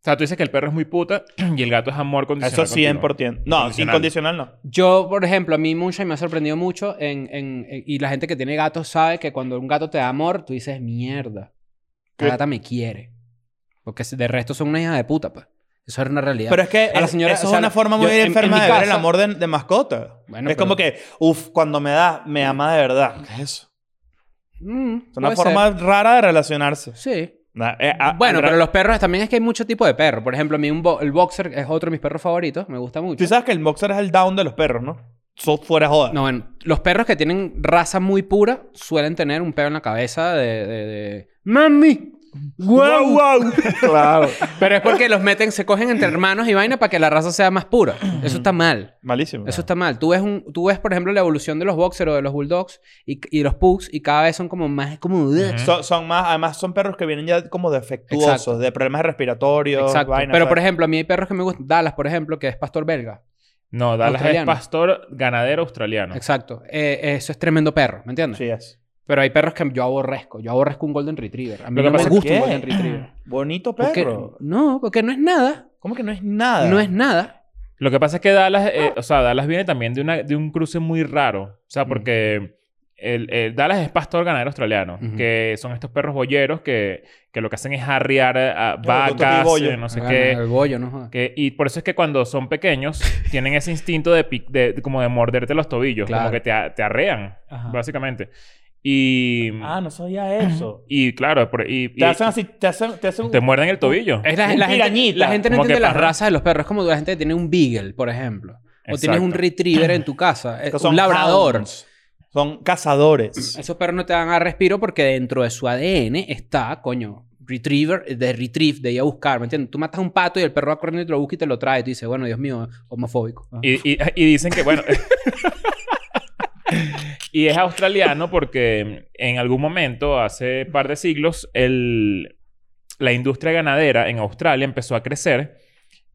S2: O sea, tú dices que el perro es muy puta y el gato es amor
S3: Eso
S2: condicional. contigo.
S3: 100%. No,
S2: Incondicional.
S3: incondicional no.
S4: Yo, por ejemplo, a mí Moonshine me ha sorprendido mucho en, en- en- y la gente que tiene gatos sabe que cuando un gato te da amor, tú dices, mierda,
S3: ¿Qué?
S4: la gata me quiere. Porque si- de resto son una hija de puta, pues. Eso era una realidad.
S3: Pero es que
S4: A la señora-
S3: eso
S4: o sea,
S3: es una forma muy
S4: yo- en- en
S3: enferma
S4: mi
S3: de ver el
S4: casa-
S3: amor de, de mascota.
S4: Bueno,
S3: es
S4: pero-
S3: como que, uff, cuando me da, me ama de verdad. ¿Qué es eso?
S4: Mm,
S3: Es una
S4: puede
S3: forma rara de relacionarse.
S4: ser. Sí.
S3: Na- eh, a-
S4: bueno,
S3: en ra-
S4: pero los perros también es que hay mucho tipo de perro. Por ejemplo, a mí un bo- el boxer es otro de mis perros favoritos, me gusta mucho.
S3: Tú sabes que el boxer es el down de los perros, ¿no? Eso fuera de joda.
S4: No, bueno, los perros que tienen raza muy pura suelen tener un pelo en la cabeza de. de, de, ¡Mami! ¡Guau!
S3: wow! claro.
S4: Pero es porque los meten, se cogen entre hermanos y vaina para que la raza sea más pura. Eso está mal.
S3: Malísimo.
S4: Eso está mal. Tú ves, un, tú ves, por ejemplo, la evolución de los boxers o de los bulldogs y, y los pugs y cada vez son como más como...
S3: Son, son más, además son perros que vienen ya como defectuosos,
S4: Exacto.
S3: de problemas respiratorios.
S4: Exacto.
S3: vainas,
S4: Pero,
S3: ¿sabes?
S4: por ejemplo, a mí hay perros que me gustan. Dallas, por ejemplo, que es pastor belga.
S2: No, Dallas es
S4: Australiano.
S2: pastor ganadero australiano.
S4: Exacto. Eh, eso es tremendo perro, ¿me entiendes?
S3: Sí, es.
S4: Pero hay perros que yo aborrezco. Yo aborrezco un golden retriever. A mí
S2: Lo que
S4: no me
S2: pasa-
S4: gusta
S3: ¿Qué?
S4: un golden retriever.
S3: Bonito
S4: Porque-
S3: perro.
S4: no, porque no es nada.
S3: ¿Cómo que no es nada?
S4: No es nada.
S2: Lo que pasa es que Dallas, eh, o sea, Dallas viene también de, una, de un cruce muy raro. O sea,
S3: Mm.
S2: porque el, el Dallas es pastor ganadero australiano,
S4: Ujú.
S2: que son estos perros boyeros que, que lo que hacen es arriar a
S3: Claro, tú
S2: vacas,
S3: te bollo.
S2: eh, no sé
S4: Bueno,
S2: qué.
S4: El bollo, Ah, no jodas.
S2: Que- y por eso es que cuando son pequeños tienen ese instinto de, pic- de- de- como de morderte los tobillos,
S4: Claro.
S2: como que te, a- te arrean,
S4: Ajá.
S2: básicamente. Y,
S3: Ah, no sabía eso.
S2: y claro, por- y, Mm. y
S3: te hacen así, te hacen, te hacen
S2: te muerden el tobillo.
S4: Es la,
S3: Un
S4: la gente,
S3: pirañita.
S4: la gente no
S2: Como que
S4: entiende las
S2: para-
S4: razas de los perros. Es como la gente que tiene un beagle, por ejemplo. O tienes un
S2: Exacto.
S4: retriever en tu casa. eh,
S3: que
S4: un labrador.
S3: hounds. Son cazadores.
S4: Esos perros no te dan a respiro porque dentro de su ADN está, coño, retriever, eh, de retrieve, de ir a buscar, ¿me entiendes? Tú matas a un pato y el perro va corriendo y te lo busca y te lo trae. Y tú dices, bueno, Dios mío, homofóbico.
S2: Y, y- y dicen que, bueno. y es australiano porque en algún momento, hace par de siglos, el, la industria ganadera en Australia empezó a crecer.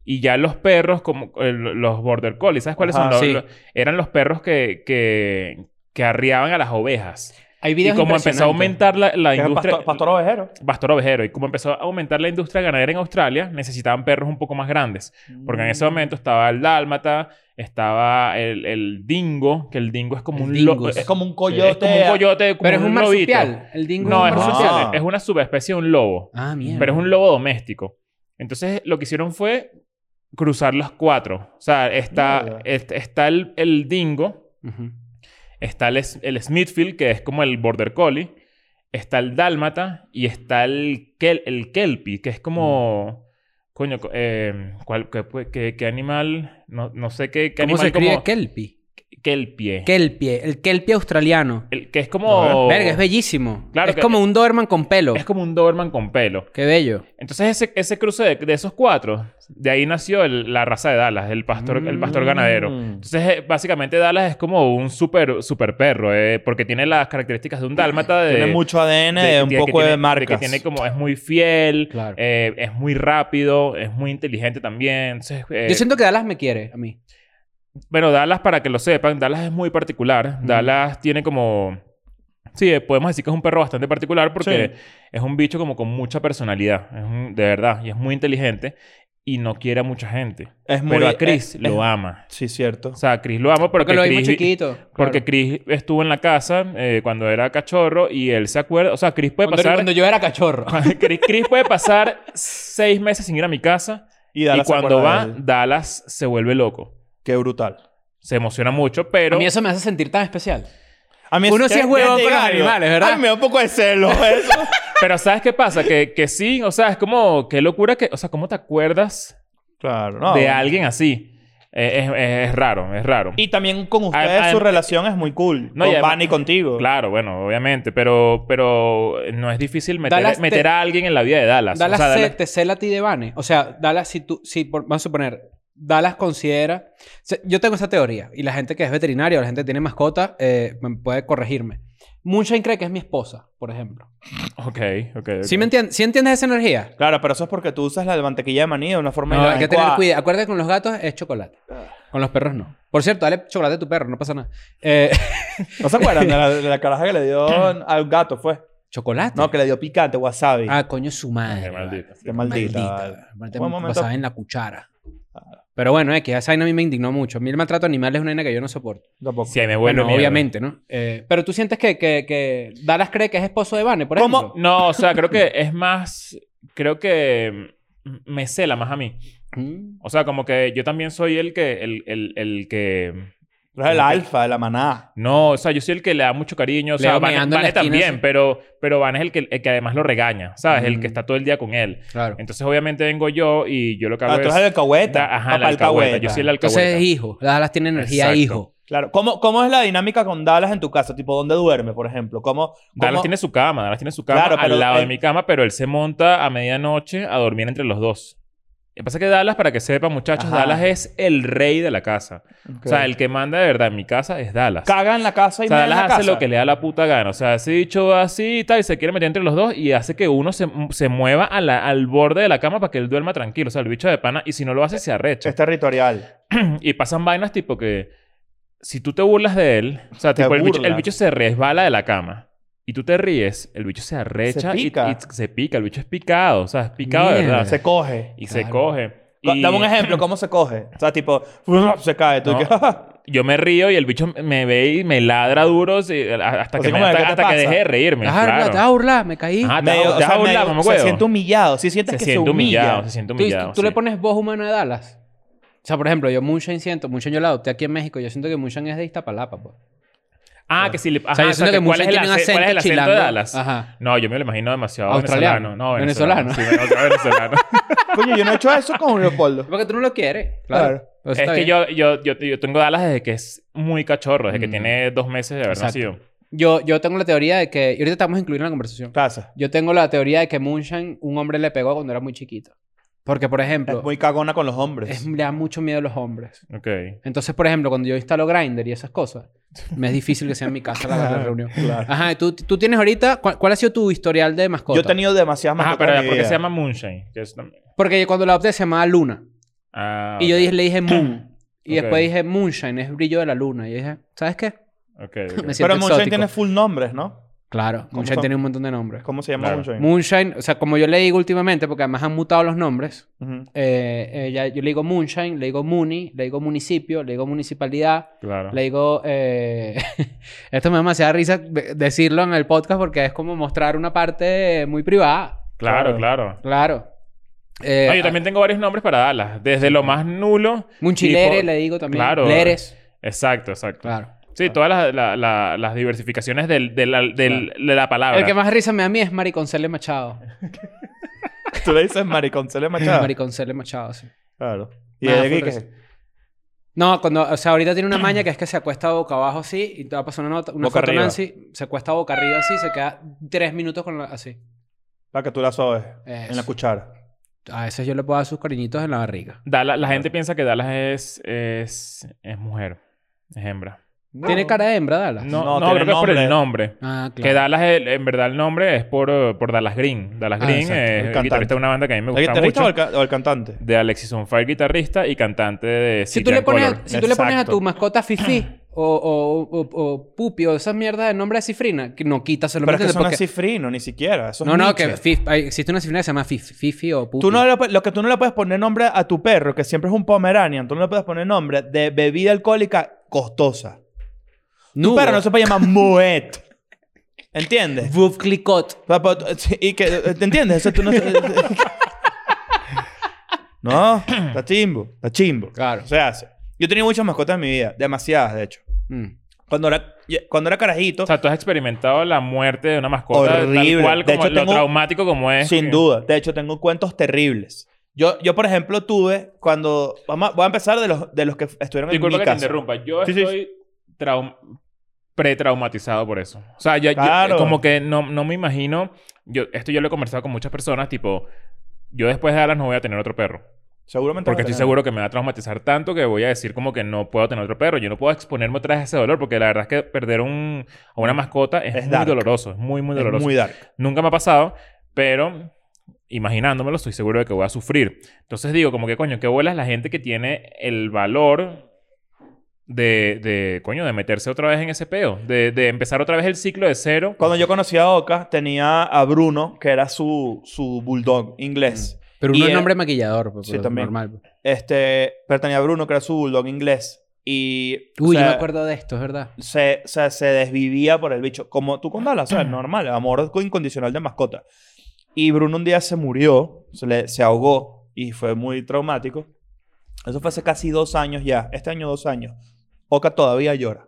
S2: Y ya los perros, como el- los border collies, ¿sabes cuáles son?
S3: Ajá,
S2: Los-
S4: sí.
S2: los- eran los perros que, que, que arriaban a las ovejas.
S4: Hay
S2: Y
S4: videos
S2: como empezó a
S4: impresionantes.
S2: aumentar la, la
S3: Que es el
S2: industria...
S3: pastor, pastor ovejero.
S2: pastor ovejero. Y como empezó a aumentar la industria ganadera en Australia, necesitaban perros un poco más grandes. Porque en ese momento estaba el dálmata, estaba el, el dingo, que el dingo es como
S4: El
S2: un
S4: dingo,
S2: lo-
S4: sí.
S3: Es como un
S2: es
S3: coyote.
S2: como un coyote, como
S4: Pero es un
S2: lobito.
S4: marsupial. El dingo
S2: No,
S4: es
S2: es,
S4: un
S2: un-
S4: marsupial.
S3: marsupial.
S2: es una subespecie de un lobo,
S4: Ah, mierda.
S2: pero es un lobo doméstico. Entonces lo que hicieron fue cruzar los cuatro. O sea, está,
S3: Mierda.
S2: est- está el, el dingo,
S4: Ujú.
S2: está el, es- el Smithfield, que es como el border collie, está el dálmata y está el, kel- el kelpie, que es como...
S4: Mm.
S2: Coño, co- eh, ¿cuál, qué, qué- qué animal? No, no sé qué, qué
S4: ¿Cómo
S2: animal
S4: se
S2: como-
S4: escribe Kelpie?
S2: Kelpie.
S4: Kelpie. El Kelpie australiano.
S2: El, que es como...
S4: Verga, es bellísimo.
S2: Oh. Claro
S4: es
S2: que-
S4: como un Doberman con pelo.
S2: es como un Doberman con pelo.
S4: Qué bello.
S2: Entonces ese, ese cruce de, de esos cuatro, de ahí nació el- la raza de Dallas, el pastor, el
S4: Mm.
S2: pastor ganadero.
S3: Mm.
S2: Entonces eh, básicamente Dallas es como un super, super perro, eh, porque tiene las características de un dálmata de...
S3: Tiene mucho ADN,
S2: de que tiene-
S3: un
S2: que
S3: poco
S2: tiene-
S3: de marcas.
S2: que tiene como, es muy fiel,
S4: Claro.
S2: eh, es muy rápido, es muy inteligente también. Entonces, eh,
S4: Yo siento que Dallas me quiere a mí.
S2: Bueno, Dallas, para que lo sepan, Dallas es muy particular. Dallas tiene como... Sí, eh, podemos decir que es un perro bastante particular porque es un bicho como con mucha personalidad. Es un- de verdad. Y es muy inteligente y no quiere a mucha gente.
S3: Es muy- e-
S2: pero a Chris
S3: es-
S2: lo
S3: es-
S2: ama.
S3: Sí, cierto.
S2: O sea, a Chris lo ama porque,
S4: Porque lo vimos
S2: Chris...
S4: chiquito. claro.
S2: Porque Chris estuvo en la casa eh, cuando era cachorro y él se acuerda... O sea, Chris puede
S4: cuando,
S2: pasar...
S4: cuando yo era cachorro.
S2: Chris, Chris puede pasar seis meses sin ir a mi casa
S3: Y,
S2: y,
S3: Dallas se
S2: cuando
S3: acuerda
S2: va,
S3: de él.
S2: Dallas se vuelve loco.
S3: Qué brutal.
S2: Se emociona mucho, pero...
S4: A mí eso me hace sentir tan especial.
S3: A mí
S4: Uno sí es
S3: ¿qué-
S4: huevón
S3: qué te
S4: con los
S3: digo?
S4: animales, ¿verdad?
S3: A mí me da un poco de celo eso.
S2: Pero ¿sabes qué pasa? Que, que sí, o sea, es como, qué locura que, o sea, ¿cómo te acuerdas
S3: claro, no.
S2: de alguien así? Eh, es, es- es raro, es raro.
S3: Y también con ustedes
S2: Adem-
S3: su
S2: adem-
S3: relación es muy cool.
S2: No, y
S3: con
S2: además-
S3: Van y contigo.
S2: Claro, bueno, obviamente, pero, pero no es difícil meter,
S4: Dallas te-
S2: meter a alguien en la vida de Dallas.
S4: Dallas
S2: O sea,
S4: se-
S2: Dallas-
S4: te cela a ti de Vane. O sea, Dallas, si tú, si por- vamos a suponer, Dallas considera. o sea, yo tengo esa teoría y la gente que es veterinaria o la gente que tiene mascota eh, me puede corregirme. Mucha gente cree que es mi esposa, por ejemplo.
S2: Ok, ok. ok.
S4: ¿Sí, me entiendes? ¿Sí entiendes esa energía?
S3: Claro, pero eso es porque tú usas la de mantequilla de maní de una forma
S4: No, hay que tener
S3: inadecuada.
S4: cuidado. Acuérdate que con los gatos es chocolate.
S2: Ah.
S4: Con los perros no. Por cierto, dale chocolate a tu perro, no pasa nada. Eh,
S3: ¿No se acuerdan de la, de la caraja que le dio al gato? Fue.
S4: ¿Chocolate?
S3: No, que le dio picante, wasabi.
S4: Ah, coño, su madre.
S2: Qué
S4: vale.
S2: maldito.
S3: Qué maldita. vale.
S4: Maldita. Maldita.
S3: Buen momento.
S4: basada en la cuchara. Pero bueno, es que esa vaina a mí me indignó mucho. A mí el maltrato animal es una vaina que yo no soporto.
S3: Tampoco.
S2: Sí, ahí me vuelve
S4: Bueno,
S2: mierda.
S4: obviamente, ¿no? Eh, pero tú sientes que, que, que Dallas cree que es esposo de Vane, por
S3: ¿Cómo?
S4: ejemplo.
S2: No, o sea, creo que es más. Creo que mm, me cela más a mí.
S4: Mm.
S2: O sea, como que yo también soy el que. El, el, el que.
S3: Tú eres el alfa de la manada.
S2: No, o sea, yo soy el que le da mucho cariño. O sea,
S4: Leo
S2: Van,
S4: meando en la
S2: Van
S4: esquina,
S2: también,
S4: sí.
S2: pero, pero Van es el que, el que además lo regaña, ¿sabes? El
S4: Mm.
S2: que está todo el día con él.
S4: Claro.
S2: Entonces, obviamente, vengo yo y yo lo que hago
S3: Ah, tú
S2: es.
S3: eres el alcahueta.
S2: Ajá, el
S3: papá
S2: alcahueta. Yo soy el alcahueta.
S4: Entonces es hijo. Dallas tiene energía
S2: Exacto.
S4: hijo.
S3: Claro. ¿Cómo, ¿Cómo es la dinámica con Dallas en tu casa? Tipo, ¿dónde duerme, por ejemplo? ¿Cómo, cómo-
S2: Dallas tiene su cama, Dallas tiene su cama
S3: Claro, pero
S2: al lado de
S3: él-
S2: mi cama, pero él se monta a medianoche a dormir entre los dos. Lo que pasa es que Dallas, para que sepan, muchachos,
S3: Ajá.
S2: Dallas es el rey de la casa.
S3: Ok.
S2: O sea, el que manda de verdad en mi casa es Dallas.
S3: caga en la casa
S2: o
S3: y
S2: sea,
S3: mea en
S2: Dallas
S3: la
S2: hace
S3: casa.
S2: lo que le da la puta gana. O sea, ese dicho va así y tal, y se quiere meter entre los dos y hace que uno se, se mueva a la- al borde de la cama para que él duerma tranquilo. O sea, el bicho de pana, y si no lo hace, se arrecha.
S3: Es territorial.
S2: Y pasan vainas tipo que si tú te burlas de él, o sea,
S3: Te
S2: tipo, el, bicho, el
S3: burlas.
S2: bicho se resbala de la cama y tú te ríes, el bicho se arrecha y-
S3: pica.
S2: Y, se pica, el bicho es picado, o sea, es picado de
S4: Mierda.
S2: verdad.
S3: Se coge.
S2: y se
S4: Claro.
S2: coge.
S3: Co-
S2: Y
S3: Dame un ejemplo, ¿cómo se coge? O sea, tipo, se cae. Tú
S2: No. Ah,
S3: que,
S2: Yo me río y el bicho me ve y me ladra duro si- hasta,
S3: Así
S2: que, me-
S3: como de,
S2: hasta,
S3: ¿qué te
S2: hasta que
S3: pasa?
S2: deje de reírme.
S4: Ajá,
S2: claro.
S4: te vas a burlar, me caí.
S2: Ajá, te vas a-
S3: medio-
S2: te
S3: o
S2: vas a
S3: sea,
S2: burlar,
S3: medio-
S2: mamacuevo.
S3: se siente humillado. Sí sientes
S2: Se
S3: que
S2: siente
S3: se humilla.
S2: humillado, se siente
S4: Tú,
S2: humillado.
S4: tú le
S2: sí.
S4: pones voz humana a Dallas. O sea, por ejemplo, yo Munchan siento, Munchan yo la adopté aquí en México, yo siento que Munchan es de Iztapalapa, pues.
S2: Ah, que si le. Ajá,
S4: o sea, yo
S2: o sea,
S4: siento que
S2: que ¿cuál, es
S4: Munchan
S2: el
S4: tiene un
S2: ace-
S4: acento
S2: cuál es el acento
S4: chilango.
S2: de Dallas?
S4: Ajá.
S2: No, yo me lo imagino demasiado
S4: Australiano.
S2: venezolano. No, venezolano.
S4: Venezolano.
S2: Sí, venezolano.
S3: Coño, yo no he hecho eso con Leopoldo.
S4: Porque tú no lo quieres.
S3: Claro.
S4: Pero eso
S2: Es
S4: está
S2: que
S4: bien.
S2: yo, yo, yo, yo tengo Dallas desde que es muy cachorro, desde que
S4: Mm.
S2: tiene dos meses de haber
S4: Exacto.
S2: nacido.
S4: Yo, yo tengo la teoría de que. Y ahorita estamos incluyendo en la conversación.
S3: Casa.
S4: Yo tengo la teoría de que Munchan, un hombre le pegó cuando era muy chiquito. Porque, por ejemplo,
S3: Es muy cagona con los hombres.
S4: es- le da mucho miedo a los hombres.
S2: Ok.
S4: Entonces, por ejemplo, cuando yo instalo Grindr y esas cosas, me es difícil que sea en mi casa la, la reunión.
S3: Claro.
S4: Ajá, tú, tú tienes ahorita. ¿cuál, cuál ha sido tu historial de mascota?
S3: Yo he tenido demasiadas
S2: Ajá,
S3: mascotas
S2: pero
S3: en mi
S2: ¿por qué
S3: vida.
S2: se llama Moonshine? Que es también-
S4: Porque cuando la adopté se llamaba Luna.
S2: Ah,
S4: Y yo
S2: ok.
S4: dije, le dije Moon. Y
S2: Ok.
S4: después dije Moonshine, es brillo de la luna. Y dije, ¿sabes qué?
S2: Ok, ok.
S4: Me siento
S3: Pero Moonshine
S4: exótico.
S3: tiene full nombres, ¿no?
S4: Claro,
S3: ¿Cómo
S4: Moonshine
S3: son?
S4: tiene un montón de nombres.
S3: ¿Cómo se llama
S2: Claro.
S3: Moonshine?
S4: Moonshine, o sea, como yo le digo últimamente, porque además han mutado los nombres,
S3: Ujú.
S4: eh, eh, ya yo le digo Moonshine, le digo Muni, le digo municipio, le digo municipalidad,
S2: Claro.
S4: le digo... eh, Esto me da demasiada risa de- decirlo en el podcast porque es como mostrar una parte muy privada.
S2: Claro,
S3: Claro.
S2: claro.
S4: Claro. Eh,
S2: No, yo también tengo varios nombres para Dallas. Desde lo más nulo.
S4: Munchilere
S2: tipo-
S4: le digo también.
S2: Claro.
S4: Leres.
S2: Exacto, exacto.
S4: Claro.
S2: Sí, todas las, la- la- las diversificaciones del, del- del- de la palabra.
S4: El que más risa me da a mí es Mariconcele Machado.
S3: Tú le dices Mariconcele Machado.
S4: Mariconcele Machado, sí.
S3: Claro. Y
S4: Me da
S3: de
S4: full
S3: aquí que-
S4: risa. No, cuando, o sea, ahorita tiene una maña que es que se acuesta boca abajo así y te va a pasar una nota, una
S3: Boca
S4: foto
S3: arriba.
S4: Nancy, se acuesta boca arriba así y se queda tres minutos con la, así.
S3: para que tú la sobes en la
S4: Eso.
S3: cuchara.
S4: A veces yo le puedo dar sus cariñitos en la barriga.
S2: Dallas- la gente piensa que Dallas es, es, es mujer. Es hembra.
S4: Tiene cara de hembra, Dallas.
S2: No,
S3: No,
S2: no,
S3: tiene
S2: creo que es por el
S3: nombre.
S2: nombre.
S4: Ah,
S2: Que
S4: claro.
S2: Dallas, el- en verdad, el nombre es por, eh, por Dallas Green. Dallas
S4: Ah,
S2: Green
S4: exacto.
S2: es
S3: El
S2: el
S3: cantante.
S2: guitarrista de una banda que a mí me
S3: ¿El
S2: gusta
S3: guitarrista
S2: mucho.
S3: o el, ca- o el cantante?
S2: De Alexis on Fire, guitarrista y cantante de
S4: Si
S2: City
S4: tú, le
S2: and
S4: pones,
S2: Color.
S4: si tú le pones a
S3: Exacto.
S4: tu mascota Fifi o, o, o, o Pupi o esas mierdas de nombre de cifrina, que no quítaselo. ¿me
S3: Pero es que
S4: entiendes?
S3: son
S4: Porque-
S3: así frino, ni siquiera. Eso es
S4: No, no,
S3: Nietzsche.
S4: que Fif- hay- existe una cifrina que se llama Fifi, Fifi o Pupi.
S3: Tú no le pu- lo que tú no le puedes poner nombre a tu perro, que siempre es un pomeranian, tú no le puedes poner nombre de bebida alcohólica costosa.
S4: Nubo.
S3: Tu perro no se puede llamar Moet. ¿Entiendes?
S4: Vuf Clicot.
S3: O sea, po- eh, sí, y que, ¿Te entiendes? Eso tú no... eh, no, está chimbo, está chimbo.
S4: Claro.
S3: Se hace. Yo he tenido muchas mascotas en mi vida, demasiadas de hecho.
S4: Mm.
S3: Cuando era, cuando era carajito,
S2: O sea, tú has experimentado la muerte de una mascota
S3: Horrible.
S2: tal cual
S3: De
S2: como
S3: hecho,
S2: lo
S3: tengo-
S2: traumático como es. eh,
S3: sin
S2: que-
S3: duda. De hecho, tengo cuentos terribles. Yo, yo, por ejemplo, tuve cuando... Vamos a- voy a empezar de los, de los que f- estuvieron
S2: Disculpa
S3: en mi
S2: que te
S3: casa.
S2: interrumpa. Yo
S3: Sí, sí,
S2: estoy traum- pretraumatizado por eso. O sea, ya, yo-
S3: Claro.
S2: como que no, no me imagino... Yo, esto yo lo he conversado con muchas personas, tipo... Yo después de Alas no voy a tener otro perro.
S3: Seguramente
S2: Porque
S3: vas a
S2: estoy
S3: tener.
S2: seguro que me va a traumatizar tanto que voy a decir como que no puedo tener otro perro. Yo no puedo exponerme otra vez a ese dolor porque la verdad es que perder un, a una mascota es,
S3: Es
S2: muy
S3: dark.
S2: doloroso. Es muy, muy
S3: Es
S2: doloroso.
S3: muy dark.
S2: Nunca me ha pasado, pero imaginándomelo estoy seguro de que voy a sufrir. Entonces digo, como que coño, qué bolas la gente que tiene el valor de, de coño, de meterse otra vez en ese peo. De, de empezar otra vez el ciclo de cero.
S3: Cuando yo conocí a Oka, tenía a Bruno, que era su, su bulldog
S2: Mm.
S3: inglés.
S4: Pero
S3: Y
S4: uno es
S3: era-
S4: nombre maquillador, pues,
S3: Sí,
S4: pues,
S3: también.
S4: normal. pues.
S3: Este, pero tenía a Bruno, que era su bulldog inglés. Y. o
S4: Uy, yo
S3: sea,
S4: me acuerdo de esto, es verdad.
S3: Se, o sea, se desvivía por el bicho. Como tú con Dallas, o sea, normal, el amor incondicional de mascota. Y Bruno un día se murió, se, le- se ahogó y fue muy traumático. Eso fue hace casi dos años ya. Este año, dos años. Oka todavía llora.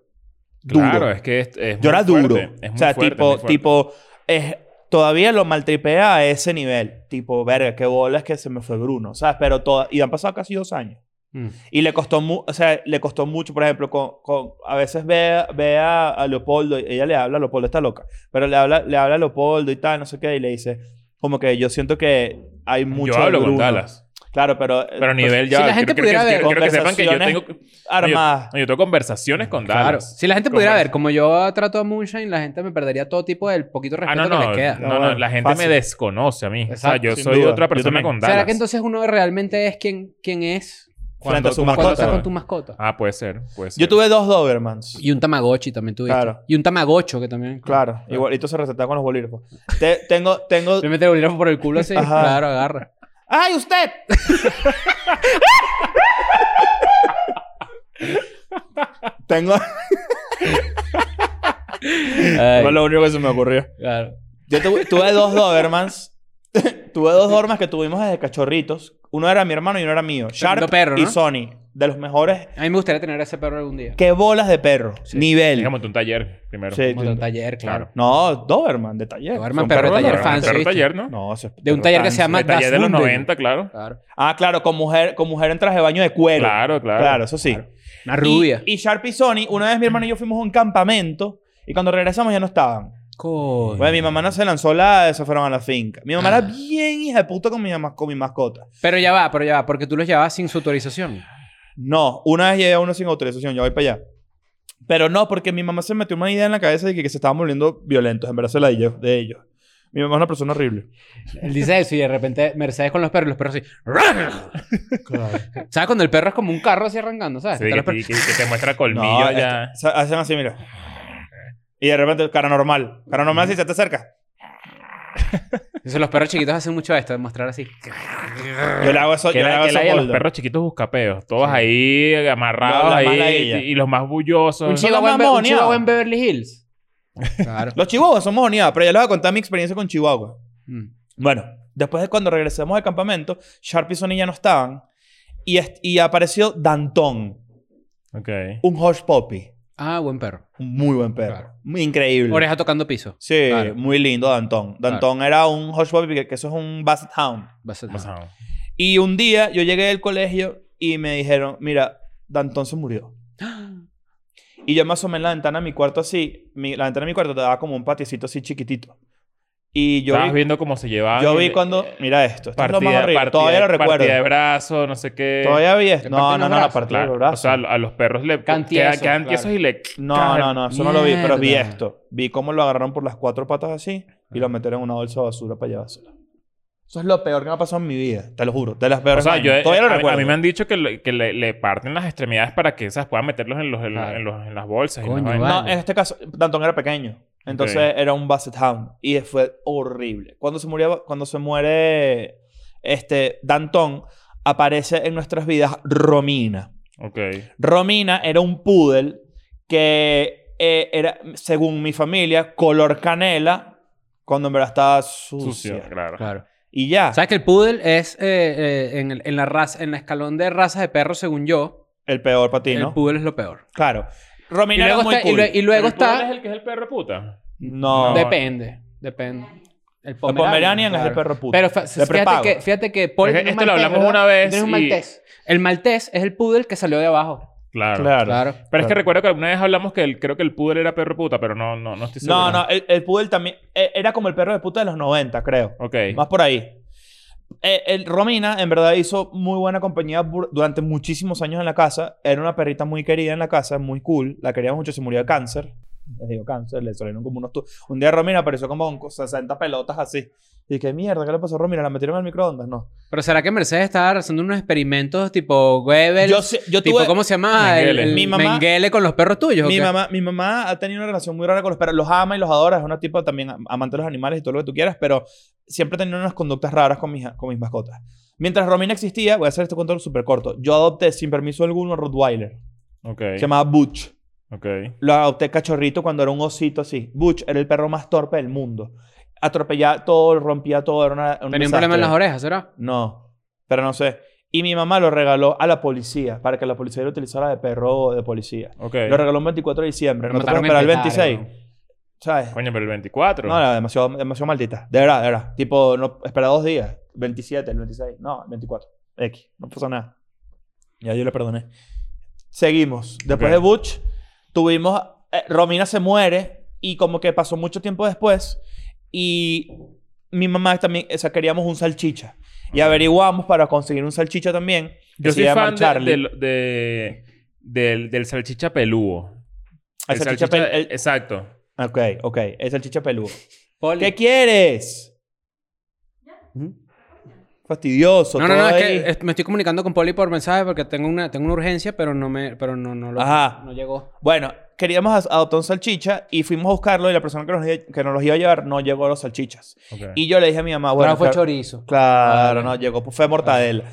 S3: Duro.
S2: Claro, es que es, es muy
S3: Llora duro.
S2: fuerte. Es muy
S3: o sea,
S2: fuerte,
S3: tipo,
S2: muy fuerte.
S3: tipo, es- todavía lo maltripea a ese nivel. Tipo, verga, qué bolas que se me fue Bruno, ¿sabes? Pero toda, y han pasado casi dos años.
S4: Mm.
S3: Y le costó, mu- o sea, le costó mucho, por ejemplo, con, con- a veces ve, ve a, a Leopoldo, y ella le habla a Leopoldo, está loca, pero le habla, le habla a Leopoldo y tal, no sé qué, y le dice, como que yo siento que hay mucho...
S2: yo hablo
S3: Bruno.
S2: con Dallas.
S3: Claro, pero... eh, pues,
S2: Pero a nivel
S4: si
S2: ya.
S4: la
S2: quiero-
S4: gente
S2: quiero
S4: pudiera
S2: que,
S4: ver
S2: quiero- quiero que sepan que yo
S3: conversaciones
S2: tengo.
S3: Armas...
S2: No, yo tengo conversaciones con
S4: Claro.
S2: Dallas.
S4: Si la gente
S2: Como
S4: pudiera
S2: es.
S4: ver como yo trato a Moonshine, la gente me perdería todo tipo del poquito
S2: Ah,
S4: respeto
S2: no,
S4: que
S2: no.
S4: le queda.
S2: No,
S3: No,
S2: no,
S3: bueno,
S2: La gente
S3: fácil.
S2: me desconoce a mí. o sea,
S4: Exacto,
S2: yo
S3: sin
S2: soy
S3: duda.
S2: otra
S3: Yo
S2: persona
S3: también.
S2: con Dallas.
S4: ¿Será que entonces uno realmente es quien, quien es
S3: Frente a
S2: Cuando
S3: su
S2: tu
S4: cuando
S3: mascota.
S4: está
S2: mascota-
S4: con tu mascota?
S2: Ah, puede ser. Puede ser.
S3: Yo tuve dos Dobermans.
S4: Y un Tamagotchi también tuviste.
S3: Claro.
S4: Y un Tamagocho que también.
S2: Ah.
S3: Claro, igualito se recetaba con los bolígrafos. Te- tengo, tengo...
S4: Le mete el bolígrafo por el culo así.
S3: Ajá.
S4: Claro, agarra.
S3: ¡Ay, usted! tengo...
S4: Ay,
S3: Fue lo único que se me ocurrió.
S4: claro.
S3: Yo tuve, tuve dos Dobermans. tuve dos Dobermans que tuvimos desde cachorritos. Uno era mi hermano y uno era mío. Sharp
S4: perro,
S3: y
S4: ¿no?
S3: Sony. De los mejores.
S4: A mí me gustaría tener ese perro algún día.
S3: ¡Qué bolas de perro! Nivel.
S2: Digamos, un taller primero.
S3: Sí.
S4: Como de un taller, claro.
S3: No, Doberman de taller.
S4: Doberman,
S3: Son
S4: perro
S3: perros
S4: de taller
S3: Doberman.
S4: fancy,
S2: Pero
S4: ¿viste?
S2: taller, ¿no?
S3: No, eso es
S4: De un
S3: perro
S4: taller que
S3: fancy.
S4: se llama
S2: El taller de
S4: Das
S2: los
S4: Hunde.
S2: 90, claro.
S4: Claro.
S3: Ah, claro, con mujer, con mujer en traje de baño de cuero.
S2: Claro, claro.
S3: Claro, eso sí.
S4: Una rubia.
S3: Y, y Sharp y Sony, una vez mi hermano y yo fuimos a un campamento y cuando regresamos ya no estaban.
S4: Coño.
S3: Bueno, mi mamá no se lanzó la, se fueron a la finca. Mi mamá
S4: Ah.
S3: era bien hija de puta con mi, ama- con mi mascota.
S4: Pero ya va, pero ya va. Porque tú los llevabas sin su autorización.
S3: No, una vez llevé a uno sin autorización, yo voy para allá. Pero no, porque mi mamá se metió una idea en la cabeza de que, que se estaban volviendo violentos, en verdad se la de ellos, de ellos. Mi mamá es una persona horrible.
S4: Él dice eso y de repente Mercedes con los perros y los perros así. ¿Sabes? Cuando el perro es como un carro así arrancando, ¿sabes?
S2: Sí,
S4: Están
S2: que,
S4: los perros-
S2: que- que te muestra colmillo
S3: No,
S2: ya.
S3: esta- hacen así, mira. Y de repente, cara normal. Cara normal si se te acerca.
S4: Entonces, los perros chiquitos hacen mucho esto, de mostrar así.
S3: Yo le hago eso,
S2: Que
S3: yo le
S2: la,
S3: hago
S2: que
S3: eso.
S2: la- los
S3: Goldo.
S2: perros chiquitos buscapeos. Todos
S4: Sí.
S2: ahí amarrados
S3: Los- las malas
S2: ahí.
S3: ellas.
S2: Y, y los más bullosos.
S4: Un
S3: chico-
S4: chihuahua, en, Be- un
S3: mamoneados.
S4: chihuahua en Beverly Hills. Claro.
S3: Los chihuahuas somos mojoneados, pero ya les voy a contar mi experiencia con Chihuahua.
S4: Mm.
S3: Bueno, después de cuando regresamos al campamento, Sharp y Sony ya no estaban. Y, est- y apareció Dantón,
S2: Ok.
S3: un Hush Poppy.
S4: Ah, buen perro.
S3: Un muy buen perro.
S4: Claro.
S3: Muy increíble.
S4: Oreja tocando piso.
S3: Sí,
S4: Claro.
S3: muy lindo Dantón. Dantón era un Hush Puppy, que, que eso es un Basset Hound.
S4: Basset Hound.
S2: Pasado.
S3: Y un día yo llegué del colegio y me dijeron, mira, Dantón se murió. Y yo me asomé en la ventana de mi cuarto así. Mi- la ventana de mi cuarto te daba como un patiecito así chiquitito. Y yo
S2: Estabas
S3: vi,
S2: viendo cómo se llevaban.
S3: yo vi
S2: el- eh,
S3: cuando... Mira esto. esto es lo
S2: Partida,
S3: más horrible.
S2: partida-
S3: Todavía lo
S2: partida
S3: recuerdo.
S2: de brazo, no sé qué.
S3: Todavía vi esto.
S4: ¿Te
S3: No,
S4: parten
S3: no, no.
S4: los
S3: La
S4: brazos?
S3: partida de
S2: Claro.
S3: los brazos.
S2: O sea, a los perros le
S4: Quedan
S2: queda-
S4: tiesos,
S2: quedan
S4: claro.
S2: tiesos y le.
S3: No, no, no, eso no lo vi, pero vi
S4: Mierda.
S3: esto. Vi cómo lo agarraron por las cuatro patas así y lo metieron en una bolsa de basura para llevárselo. Eso es lo peor que me ha pasado en mi vida, te lo juro, de las
S2: O
S3: peores.
S2: sea, yo, eh,
S3: vainas. Todavía lo
S2: a, mí- a
S3: recuerdo.
S2: mí me han dicho que, le, que le- le parten las extremidades para que esas puedan meterlos en, los, en, la-
S4: Claro.
S2: en los- en las bolsas. y
S4: Coño,
S2: las vainas.
S4: vale.
S3: No, en este caso, Danton era pequeño. Entonces
S2: Ok.
S3: era un Basset Hound y fue horrible. Cuando se, murió, cuando se muere este, Danton, aparece en nuestras vidas Romina.
S2: Ok.
S3: Romina era un poodle que eh, era, según mi familia, color canela cuando en verdad estaba
S2: Sucio,
S3: sucia.
S2: claro.
S4: Claro.
S3: Y ya.
S4: ¿Sabes que el poodle es eh, eh, en, el, en la raza, en el escalón de razas de perros, según yo,
S3: El peor para ti,
S4: el
S3: ¿no?
S4: poodle es lo peor.
S3: Claro.
S4: Y
S3: Romina era
S4: luego
S3: muy
S4: está, y
S3: cool.
S4: lue- y luego
S2: ¿Pero tú
S4: está-
S2: eres el que es el perro de puta?
S3: No.
S4: Depende, depende. El
S3: El Pomeranian es el
S4: claro.
S3: perro puto.
S4: Pero fa-
S3: De
S4: fíjate
S3: prepago.
S4: que, fíjate que Paul
S2: Es que
S4: tiene un
S2: esto lo
S4: maltés,
S2: hablamos
S4: ¿verdad?
S2: una vez
S4: Tiene un
S2: y-
S4: maltés. El maltés es el poodle que salió de abajo.
S2: Claro.
S3: Claro.
S4: Claro.
S2: Pero es que
S3: Claro.
S2: recuerdo que alguna vez hablamos que el, creo que el poodle era perro puta, pero no, no, no estoy seguro.
S3: No, no, el, el poodle también. e- Era como el perro de puta de los 90, creo.
S2: Ok.
S3: Más por ahí. Eh, el Romina, en verdad, hizo muy buena compañía bur- durante muchísimos años en la casa. Era una perrita muy querida en la casa, muy cool. La queríamos mucho, se murió de cáncer. Les digo cáncer, le salieron como unos... tu- Un día Romina apareció como con 60 pelotas así. Y qué mierda, ¿qué le pasó a Romina? ¿La metieron al microondas? No.
S4: Pero ¿será que Mercedes está haciendo unos experimentos tipo Goebbels?
S3: Yo, sé- yo
S4: tipo,
S3: tuve...
S4: ¿cómo se llama? El-
S2: Mengele.
S4: el
S3: Mi mamá-
S4: Mengele con los perros tuyos. ¿o
S3: Mi
S4: qué?
S3: mamá, mi mamá ha tenido una relación muy rara con los perros. Los ama y los adora. Es una tipa también am- amante de los animales y todo lo que tú quieras, pero siempre ha tenido unas conductas raras con mis, con mis mascotas. Mientras Romina existía, voy a hacer este cuento súper corto. Yo adopté sin permiso alguno a Rottweiler.
S2: Ok.
S3: Se llamaba Butch.
S2: Ok.
S3: Lo adopté cachorrito cuando era un osito así. Butch era el perro más torpe del mundo. Atropellaba todo, rompía todo. Era una,
S4: Tenía un problema en las
S3: orejas.
S4: orejas, ¿será?
S3: No, pero no sé. Y mi mamá lo regaló a la policía para que la policía lo utilizara de perro de policía.
S2: Ok.
S3: Lo regaló el 24 de diciembre.
S4: Lo
S3: No te
S4: mataron
S3: puedes esperar el
S4: en Petare,
S3: 26.
S4: weón.
S3: ¿Sabes?
S2: Coño, pero el 24.
S3: No, era demasiado, demasiado maldita. De verdad, de verdad. Tipo, no, espera dos días. 27, el 26. No, el 24. X. No pasó nada. Ya yo le perdoné. Seguimos. Después
S2: Ok.
S3: de Butch, tuvimos... eh, Romina se muere y como que pasó mucho tiempo después y mi mamá también, o sea, queríamos un salchicha. Y averiguamos para conseguir un salchicha también. que
S2: Yo
S3: se
S2: soy
S3: llama
S2: fan de-
S3: Charlie.
S2: del- de- del, del salchicha pelúo.
S3: El salchicha pel- el-
S2: Exacto.
S3: Ok, ok. Es salchicha peludo.
S4: Poli.
S3: ¿Qué quieres?
S4: Ujú.
S3: Fastidioso.
S4: No, no, no,
S3: todo
S4: es
S3: ahí.
S4: que es- me estoy comunicando con Poli por mensaje porque tengo una, tengo una urgencia, pero no me, pero no, no lo-
S3: Ajá.
S4: no llegó.
S3: Bueno, queríamos as- adoptar un salchicha y fuimos a buscarlo y la persona que nos, i- que nos los iba a llevar no llegó a los salchichas.
S2: Ok.
S3: Y yo le dije a mi mamá, bueno,
S4: Pero fue Ah.
S3: claro-
S4: chorizo.
S3: Claro,
S4: Vale.
S3: no, llegó, pues, fue mortadela.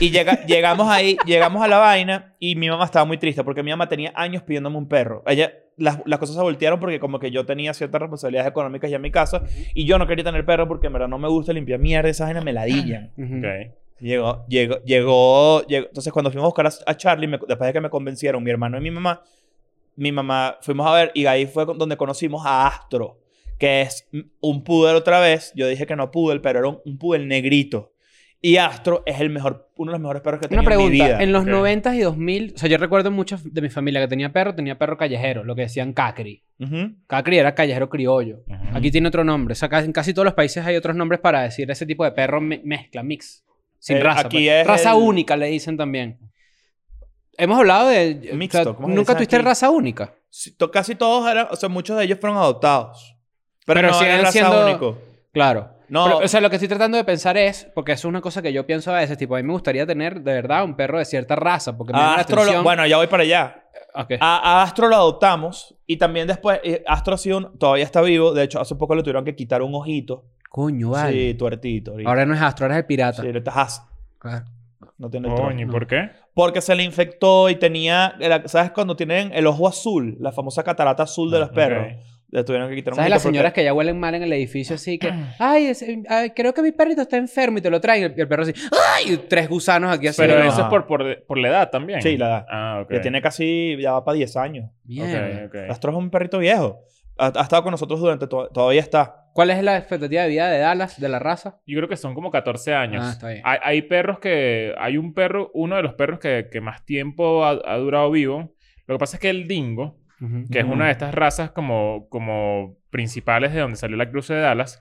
S3: Y llega- llegamos ahí, llegamos a la vaina y mi mamá estaba muy triste porque mi mamá tenía años pidiéndome un perro. Ella, las, las cosas se voltearon porque como que yo tenía ciertas responsabilidades económicas ya en mi casa y yo no quería tener perro porque en verdad no me gusta limpiar mierda, esas vainas me ladillan.
S4: Ujú.
S2: Ok.
S3: Llegó, llegó, llegó, llegó. Entonces, cuando fuimos a buscar a, a Charlie, me- después de que me convencieron mi hermano y mi mamá, mi mamá fuimos a ver y ahí fue con- donde conocimos a Astro, que es un poodle otra vez. Yo dije que no poodle, pero era un, un poodle negrito. Y Astro es el mejor, uno de los mejores perros que he
S4: Una
S3: tenido en mi vida.
S4: pregunta. En los
S2: Ok.
S4: 90 y 2000, o sea, yo recuerdo mucho de mi familia que tenía perro, tenía perro callejero, lo que decían cacri.
S3: Ujú.
S4: Cacri era callejero criollo.
S2: Ujú.
S4: Aquí tiene otro nombre. O sea, casi- en casi todos los países hay otros nombres para decir ese tipo de perro me- mezcla, mix. Sin
S3: Eh,
S4: raza.
S3: aquí
S4: pues.
S3: es
S4: raza
S3: el-
S4: única le dicen también. Hemos hablado de...
S3: Mixto, ¿cómo le
S4: ¿Nunca
S3: dicen
S4: tuviste
S3: aquí?
S4: raza única?
S3: Sí, to- Casi todos eran, o sea, muchos de ellos fueron adoptados. Pero,
S4: Pero
S3: no
S4: siguen
S3: eran raza
S4: siendo-
S3: único.
S4: Claro.
S3: No.
S4: Pero, o sea, lo que estoy tratando de pensar es, porque eso es una cosa que yo pienso a veces, tipo, a mí me gustaría tener de verdad un perro de cierta raza, porque me llama
S3: A
S4: la
S3: Ah, Astro, lo-
S4: atención.
S3: bueno, ya voy para allá.
S4: Ok.
S3: A, a Astro lo adoptamos y también después eh, Astro ha sido un- todavía está vivo. De hecho, hace poco le tuvieron que quitar un ojito.
S4: Coño, vale.
S3: Sí, tuertito. ahorita.
S4: Ahora no es Astro, ahora es el pirata. Ah.
S3: Sí, ahorita es Astro.
S4: Claro.
S3: No tiene
S2: Coño, ¿y
S3: trono.
S2: por qué?
S3: Porque se le infectó y tenía, era- ¿sabes? Cuando tienen el ojo azul, la famosa catarata azul de los
S2: ok.
S3: perros. Le tuvieron que quitar un
S4: ¿Sabes
S3: ojito
S4: las señoras
S3: porque-
S4: que ya huelen mal en el edificio así que, ay, es- ay, creo que mi perrito está enfermo y te lo traen y el, y el perro así, ay, y tres gusanos aquí así.
S2: Pero
S3: no.
S2: eso es por, por, por la edad también.
S3: Sí, la edad.
S2: Ah, ok.
S3: que tiene casi, ya va para 10 años.
S4: Mierda.
S2: Ok, ok.
S3: Astro es un perrito viejo. Ha, ha estado con nosotros durante, to- todavía está.
S4: ¿Cuál es la expectativa de vida de Dallas, de la raza?
S2: Yo creo que son como 14 años.
S4: Ah, está bien.
S2: Hay, hay perros que... Hay un perro... Uno de los perros que, que más tiempo ha, ha durado vivo. Lo que pasa es que el dingo, que es
S3: Ujú.
S2: una de estas razas como, como principales de donde salió la cruce de Dallas,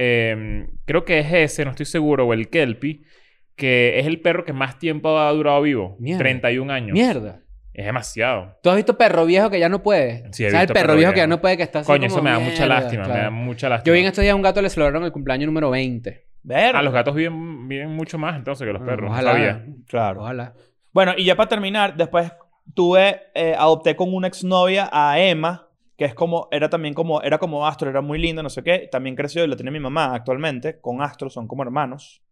S2: eh, creo que es ese, no estoy seguro, o el Kelpie, que es el perro que más tiempo ha durado vivo.
S4: Mierda.
S2: 31 años.
S4: Mierda.
S2: Es demasiado.
S4: ¿Tú has visto perro viejo que ya no puede?
S2: Sí, he visto
S4: ¿Sabes? el perro,
S2: perro
S4: viejo que
S2: viejo.
S4: ya no puede que está así
S2: Coño, eso
S4: como,
S2: me da mucha
S4: "Mierda",
S2: lástima. Me
S4: claro.
S2: da mucha lástima.
S4: Yo vi en estos días a un gato le celebraron el cumpleaños número 20.
S3: Ver.
S2: Ah, los gatos viven, viven mucho más entonces que los perros.
S4: Mm, Ojalá.
S2: Sabía.
S3: Claro.
S4: Ojalá.
S3: Bueno, y ya para terminar, después tuve, eh, adopté con una exnovia a Emma, que es como, era también como, era como Astro, era muy linda, no sé qué. También creció y lo tiene mi mamá actualmente, con Astro, son como hermanos.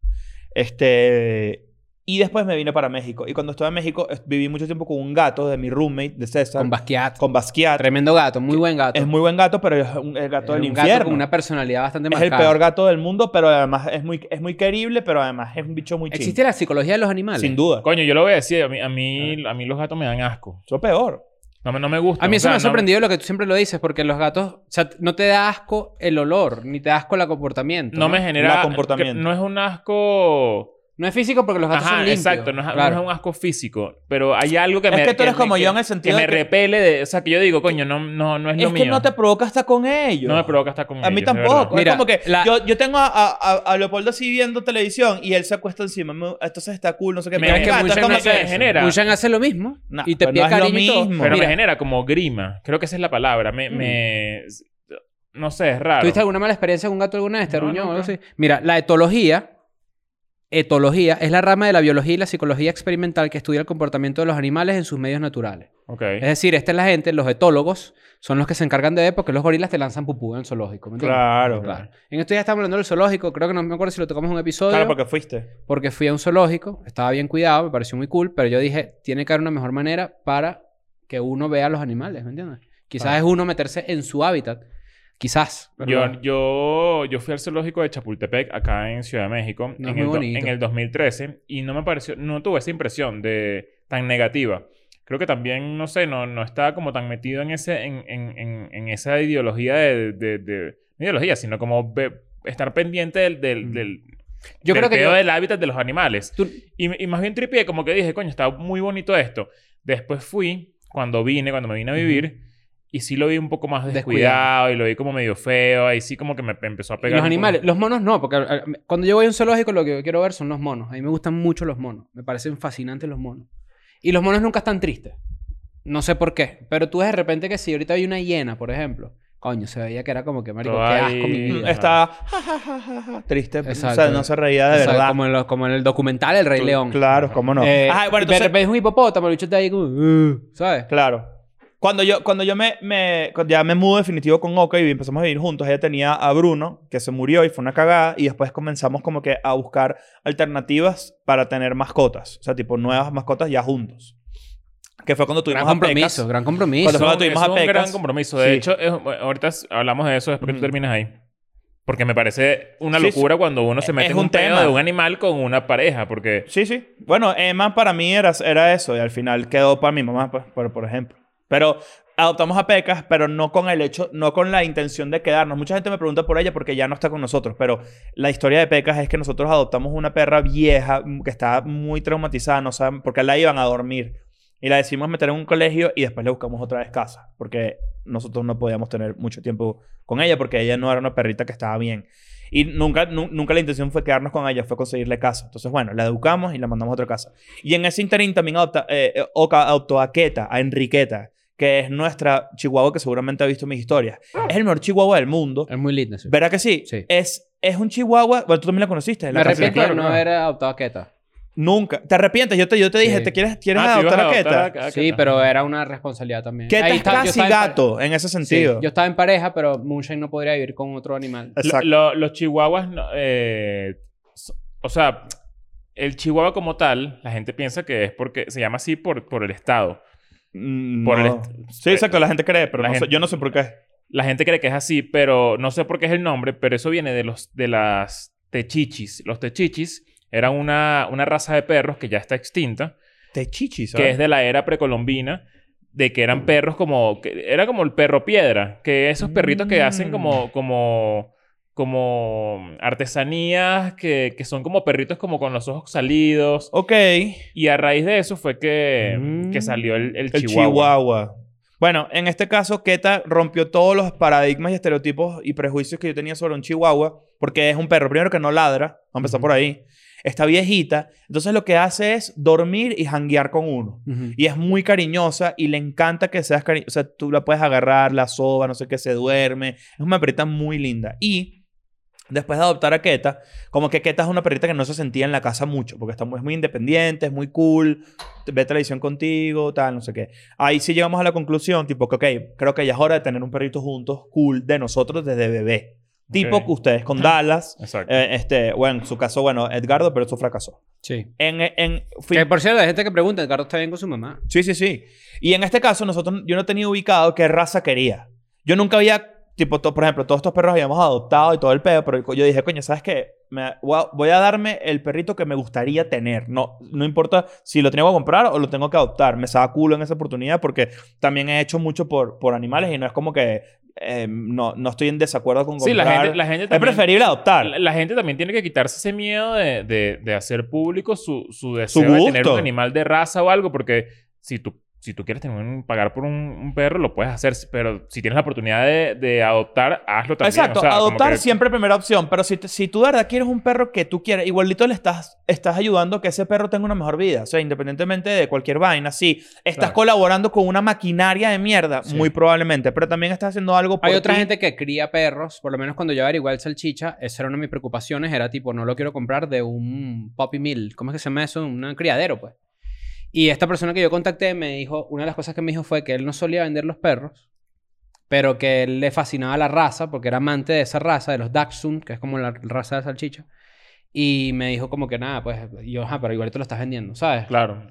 S3: Este, y después me vine para México. Y cuando estuve en México, es- viví mucho tiempo con un gato de mi roommate, de César,
S4: Con Basquiat.
S3: con Basquiat.
S4: Tremendo gato, muy buen gato.
S3: Es muy buen gato, pero es un, el gato
S4: Era
S3: del
S4: un gato
S3: infierno.
S4: con una personalidad bastante
S3: es el
S4: marcada.
S3: peor gato del mundo, pero además es muy, es muy querible, pero además es un bicho muy chido.
S4: ¿Existe la psicología de los animales?
S3: Sin duda.
S2: Coño, yo lo voy a decir. A mí, a mí, a mí los gatos me dan asco.
S3: Eso es peor.
S2: No, me- no me gusta.
S4: A mí
S2: o
S4: eso
S2: sea,
S4: me ha
S2: no-
S4: sorprendido lo que tú siempre lo dices, porque los gatos, o sea, no te da asco el olor, ni te da asco el comportamiento.
S2: No me genera...
S3: La comportamiento.
S2: que No es un asco...
S4: No es físico porque los gatos
S2: Ajá,
S4: son limpios.
S2: exacto. No es, no
S4: Claro.
S2: es un asco físico. Pero hay algo que
S3: Es
S2: me...
S3: que tú eres como
S2: que-
S3: yo en el sentido
S2: Que
S3: de
S2: me
S3: que-
S2: repele de... O sea, que yo digo, coño, no, no, no es lo
S3: es
S2: mío.
S3: que no te provoca estar con ellos.
S2: No me provoca estar con
S3: A
S2: ellos,
S3: mí
S2: de
S3: tampoco.
S2: verdad.
S3: es
S4: Mira,
S3: como que
S4: la-
S3: yo, yo tengo a, a- a- a Leopoldo así viendo televisión y él se acuesta encima. me- Entonces está cool, no sé qué.
S2: Me-
S3: pero
S2: es que
S3: un gato
S2: muchas
S3: como
S2: veces
S3: que-
S2: me genera-
S4: Mushan hace lo mismo
S3: No,
S4: y te
S3: pero
S4: pide
S3: no es lo
S4: cariño y todo.
S3: mismo.
S2: Pero
S4: Mira,
S2: me genera como grima. Creo que esa es la palabra. Me...
S4: Mm.
S2: me- No sé, es raro.
S4: ¿Tuviste alguna mala experiencia con un gato alguna vez? ¿Te
S2: No,
S4: aruñó o algo
S2: nunca.
S4: así? Mira, la etología... Etología es la rama de la biología y la psicología experimental que estudia el comportamiento de los animales en sus medios naturales.
S2: Ok.
S4: Es decir, esta es la gente, los etólogos, son los que se encargan de ver porque los gorilas te lanzan pupú en el zoológico. ¿me entiendes?
S3: Claro.
S4: Claro. En esto ya estamos hablando del zoológico. Creo que no me acuerdo si lo tocamos en un episodio.
S3: Claro,
S4: porque...
S3: porque fuiste.
S4: fui a un zoológico. Estaba bien cuidado. Me pareció muy cool. Pero yo dije, tiene que haber una mejor manera para que uno vea a los animales. ¿Me entiendes? Quizás
S3: Claro.
S4: es uno meterse en su hábitat. Quizás. pero
S2: Yo,
S4: no.
S2: yo, yo fui al zoológico de Chapultepec, acá en Ciudad de México,
S4: No, es
S2: en,
S4: muy
S2: el do-
S4: bonito.
S2: en el 2013, y no me pareció, no tuve esa impresión de tan negativa. Creo que también, no sé, no, no estaba como tan metido en, ese, en, en, en, en esa ideología de, de- de- no ideología, sino como ve- estar pendiente del, del,
S4: Mm.
S2: del,
S4: Yo
S2: del
S4: creo que
S2: pedo
S4: yo-
S2: del hábitat de los animales.
S4: Tú-
S2: Y, y más bien tripié, como que dije, coño, está muy bonito esto. Después fui, cuando vine, cuando me vine a vivir, y sí lo vi un poco más descuidado,
S4: Descuidado.
S2: y lo vi como medio feo, ahí sí como que me empezó a
S4: y
S2: pegar. un
S4: los
S2: poco.
S4: animales, los monos no, porque a- a- cuando yo voy a un zoológico lo que yo quiero ver son los monos. A mí me gustan mucho los monos, me parecen fascinantes los monos. Y los monos nunca están tristes. No sé por qué, pero tú ves de repente que si ahorita hay una hiena, por ejemplo, coño, se veía que era como que marico, qué
S2: Ay.
S4: asco mi vida.
S3: Está ja, ja, ja, ja, ja, triste. O sea,
S4: Exacto.
S3: no se reía de
S4: O sea,
S3: verdad.
S4: Como en, los- como en el documental El Rey León.
S3: Claro, cómo no.
S4: Eh,
S3: Ajá, bueno,
S4: y de
S3: entonces-
S4: repente es un hipopótamo, el bicho está ahí como, "Uh", ¿sabes?
S3: Claro. Cuando yo, cuando yo me, me- cuando ya me mudo definitivo con Oka y empezamos a vivir juntos, ella tenía a Bruno, que se murió y fue una cagada, y después comenzamos como que a buscar alternativas para tener mascotas. O sea, tipo nuevas mascotas ya juntos. Que fue cuando tuvimos
S4: Gran
S3: a Pecas.
S4: compromiso, gran compromiso.
S3: Cuando
S2: Eso es
S3: Nosotros
S2: un-
S3: tuvimos
S2: eso
S3: a
S2: es un gran
S3: Pecas.
S2: compromiso. De
S3: Sí.
S2: hecho, es- ahorita s- hablamos de eso después que tú
S3: Ujú.
S2: termines ahí. Porque me parece una
S3: Sí,
S2: locura cuando uno se mete
S3: Es
S2: en un,
S3: un
S2: pedo
S3: tema.
S2: de un animal con una pareja, porque...
S3: Sí, sí. Bueno, Emma para mí era, era eso, y al final quedó para mi mamá, pues, por, por ejemplo. Pero adoptamos a Pecas, pero no con el hecho, no con la intención de quedarnos. Mucha gente me pregunta por ella porque ya no está con nosotros, pero la historia de Pecas es que nosotros adoptamos una perra vieja mm, que estaba muy traumatizada, no saben, porque la iban a dormir. Y la decidimos meter en un colegio y después le buscamos otra vez casa, porque nosotros no podíamos tener mucho tiempo con ella, porque ella no era una perrita que estaba bien. Y nunca, nu- nunca la intención fue quedarnos con ella, fue conseguirle casa. Entonces, bueno, la educamos y la mandamos a otra casa. Y en ese interín también adopta, eh, eh, Oka adoptó a Keta, a Enriqueta, que es nuestra chihuahua que seguramente ha visto mis historias. Es el mejor chihuahua del mundo.
S4: Es muy lindo. sí.
S3: ¿Verdad que sí?
S4: Sí.
S3: Es, es un chihuahua. Bueno, tú también la conociste.
S4: Me
S3: la canción.
S4: arrepiento
S2: claro,
S4: de no
S2: claro.
S4: haber adoptado a Keta.
S3: Nunca. ¿Te arrepientes? Yo te, yo te dije,
S4: Sí.
S3: ¿te quieres, quieres
S2: Ah, tú ibas
S3: adoptar a
S2: adoptar
S3: Keta?
S2: a- a
S4: Sí,
S2: Keta.
S4: pero era una responsabilidad también.
S3: Keta
S4: Ahí
S3: es
S4: está- yo
S3: casi
S4: estaba en pare-
S3: gato en ese
S4: Sí,
S3: sentido.
S4: yo estaba en pareja, pero Moonshine no podría vivir con otro animal.
S2: Lo-
S3: Exacto.
S2: lo- los chihuahuas, no- eh, so- o sea, el chihuahua como tal, la gente piensa que es porque se llama así por, por el estado.
S3: Mm,
S2: por el
S3: no.
S2: est-
S3: Sí, exacto. La gente cree, pero
S2: La
S3: no sé-
S2: gente-
S3: yo no sé por qué.
S2: La gente cree que es así, pero no sé por qué es el nombre, pero eso viene de los de las techichis. Los techichis eran una, una raza de perros que ya está extinta,
S3: Te chichis,
S2: que es de la era precolombina, de que eran perros como que era como el perro piedra, que esos perritos que hacen como como como artesanías que, que son como perritos como con los ojos salidos
S3: Ok.
S2: y a raíz de eso fue que,
S4: Mm.
S2: que salió el, el
S3: El
S2: chihuahua.
S3: chihuahua. Bueno, en este caso, Keta rompió todos los paradigmas y estereotipos y prejuicios que yo tenía sobre un chihuahua, porque es un perro, primero que no ladra, vamos a empezar por ahí, está viejita, entonces lo que hace es dormir y janguear con uno.
S4: Ujú.
S3: Eh, Y es muy cariñosa y le encanta que seas cariñosa. O sea, tú la puedes agarrar, la soba, no sé qué, se duerme. Es una perrita muy linda. Y después de adoptar a Keta, como que Keta es una perrita que no se sentía en la casa mucho, porque está muy, es muy independiente, es muy cool, ve televisión contigo, tal, no sé qué. Ahí sí llegamos a la conclusión, tipo, que, ok, creo que ya es hora de tener un perrito juntos, cool, de nosotros desde bebé. Tipo
S2: Ok.
S3: que ustedes con Dallas,
S2: Exacto.
S3: eh, este, bueno, en su caso, bueno, Edgardo, pero eso fracasó.
S4: Sí.
S3: En, en, fui-
S4: Que por cierto, hay gente que pregunta, ¿Edgardo está bien con su mamá?
S3: Sí, sí, sí. Y en este caso, nosotros, yo no tenía ubicado qué raza quería. Yo nunca había tipo, to- por ejemplo, todos estos perros habíamos adoptado y todo el pedo, pero yo dije, coño, ¿sabes qué? Me- voy, a, voy a darme el perrito que me gustaría tener. No, no importa si lo tengo que comprar o lo tengo que adoptar. Me saca culo en esa oportunidad porque también he hecho mucho por, por animales y no es como que eh, no, no estoy en desacuerdo con comprar.
S2: Sí, la gente, la gente
S3: es
S2: también...
S3: preferible adoptar.
S2: la, la gente también tiene que quitarse ese miedo de, de- de hacer público su, su deseo de
S3: gusto.
S2: tener un animal de raza o algo, porque si tú, si tú quieres tener un- pagar por un, un perro, lo puedes hacer, pero si tienes la oportunidad de, de adoptar, hazlo también.
S3: Exacto,
S2: o sea, como
S3: adoptar
S2: que-
S3: siempre primera opción, pero si, te- si tú de verdad quieres un perro que tú quieres, igualito le estás, estás ayudando a que ese perro tenga una mejor vida, o sea, independientemente de cualquier vaina, sí, estás
S2: Claro.
S3: colaborando con una maquinaria de mierda,
S2: Sí.
S3: muy probablemente, pero también estás haciendo algo por
S4: Hay otra
S3: ti.
S4: gente que cría perros, por lo menos cuando yo averigué el salchicha, esa era una de mis preocupaciones, era tipo, no lo quiero comprar de un puppy mill, ¿cómo es que se llama eso? Un criadero, pues. Y esta persona que yo contacté me dijo, una de las cosas que me dijo fue que él no solía vender los perros, pero que él le fascinaba la raza, porque era amante de esa raza, de los Dachshund, que es como la raza de salchicha. Y me dijo como que nada, pues, y yo, ajá, pero igual te lo estás vendiendo, ¿sabes?
S2: Claro,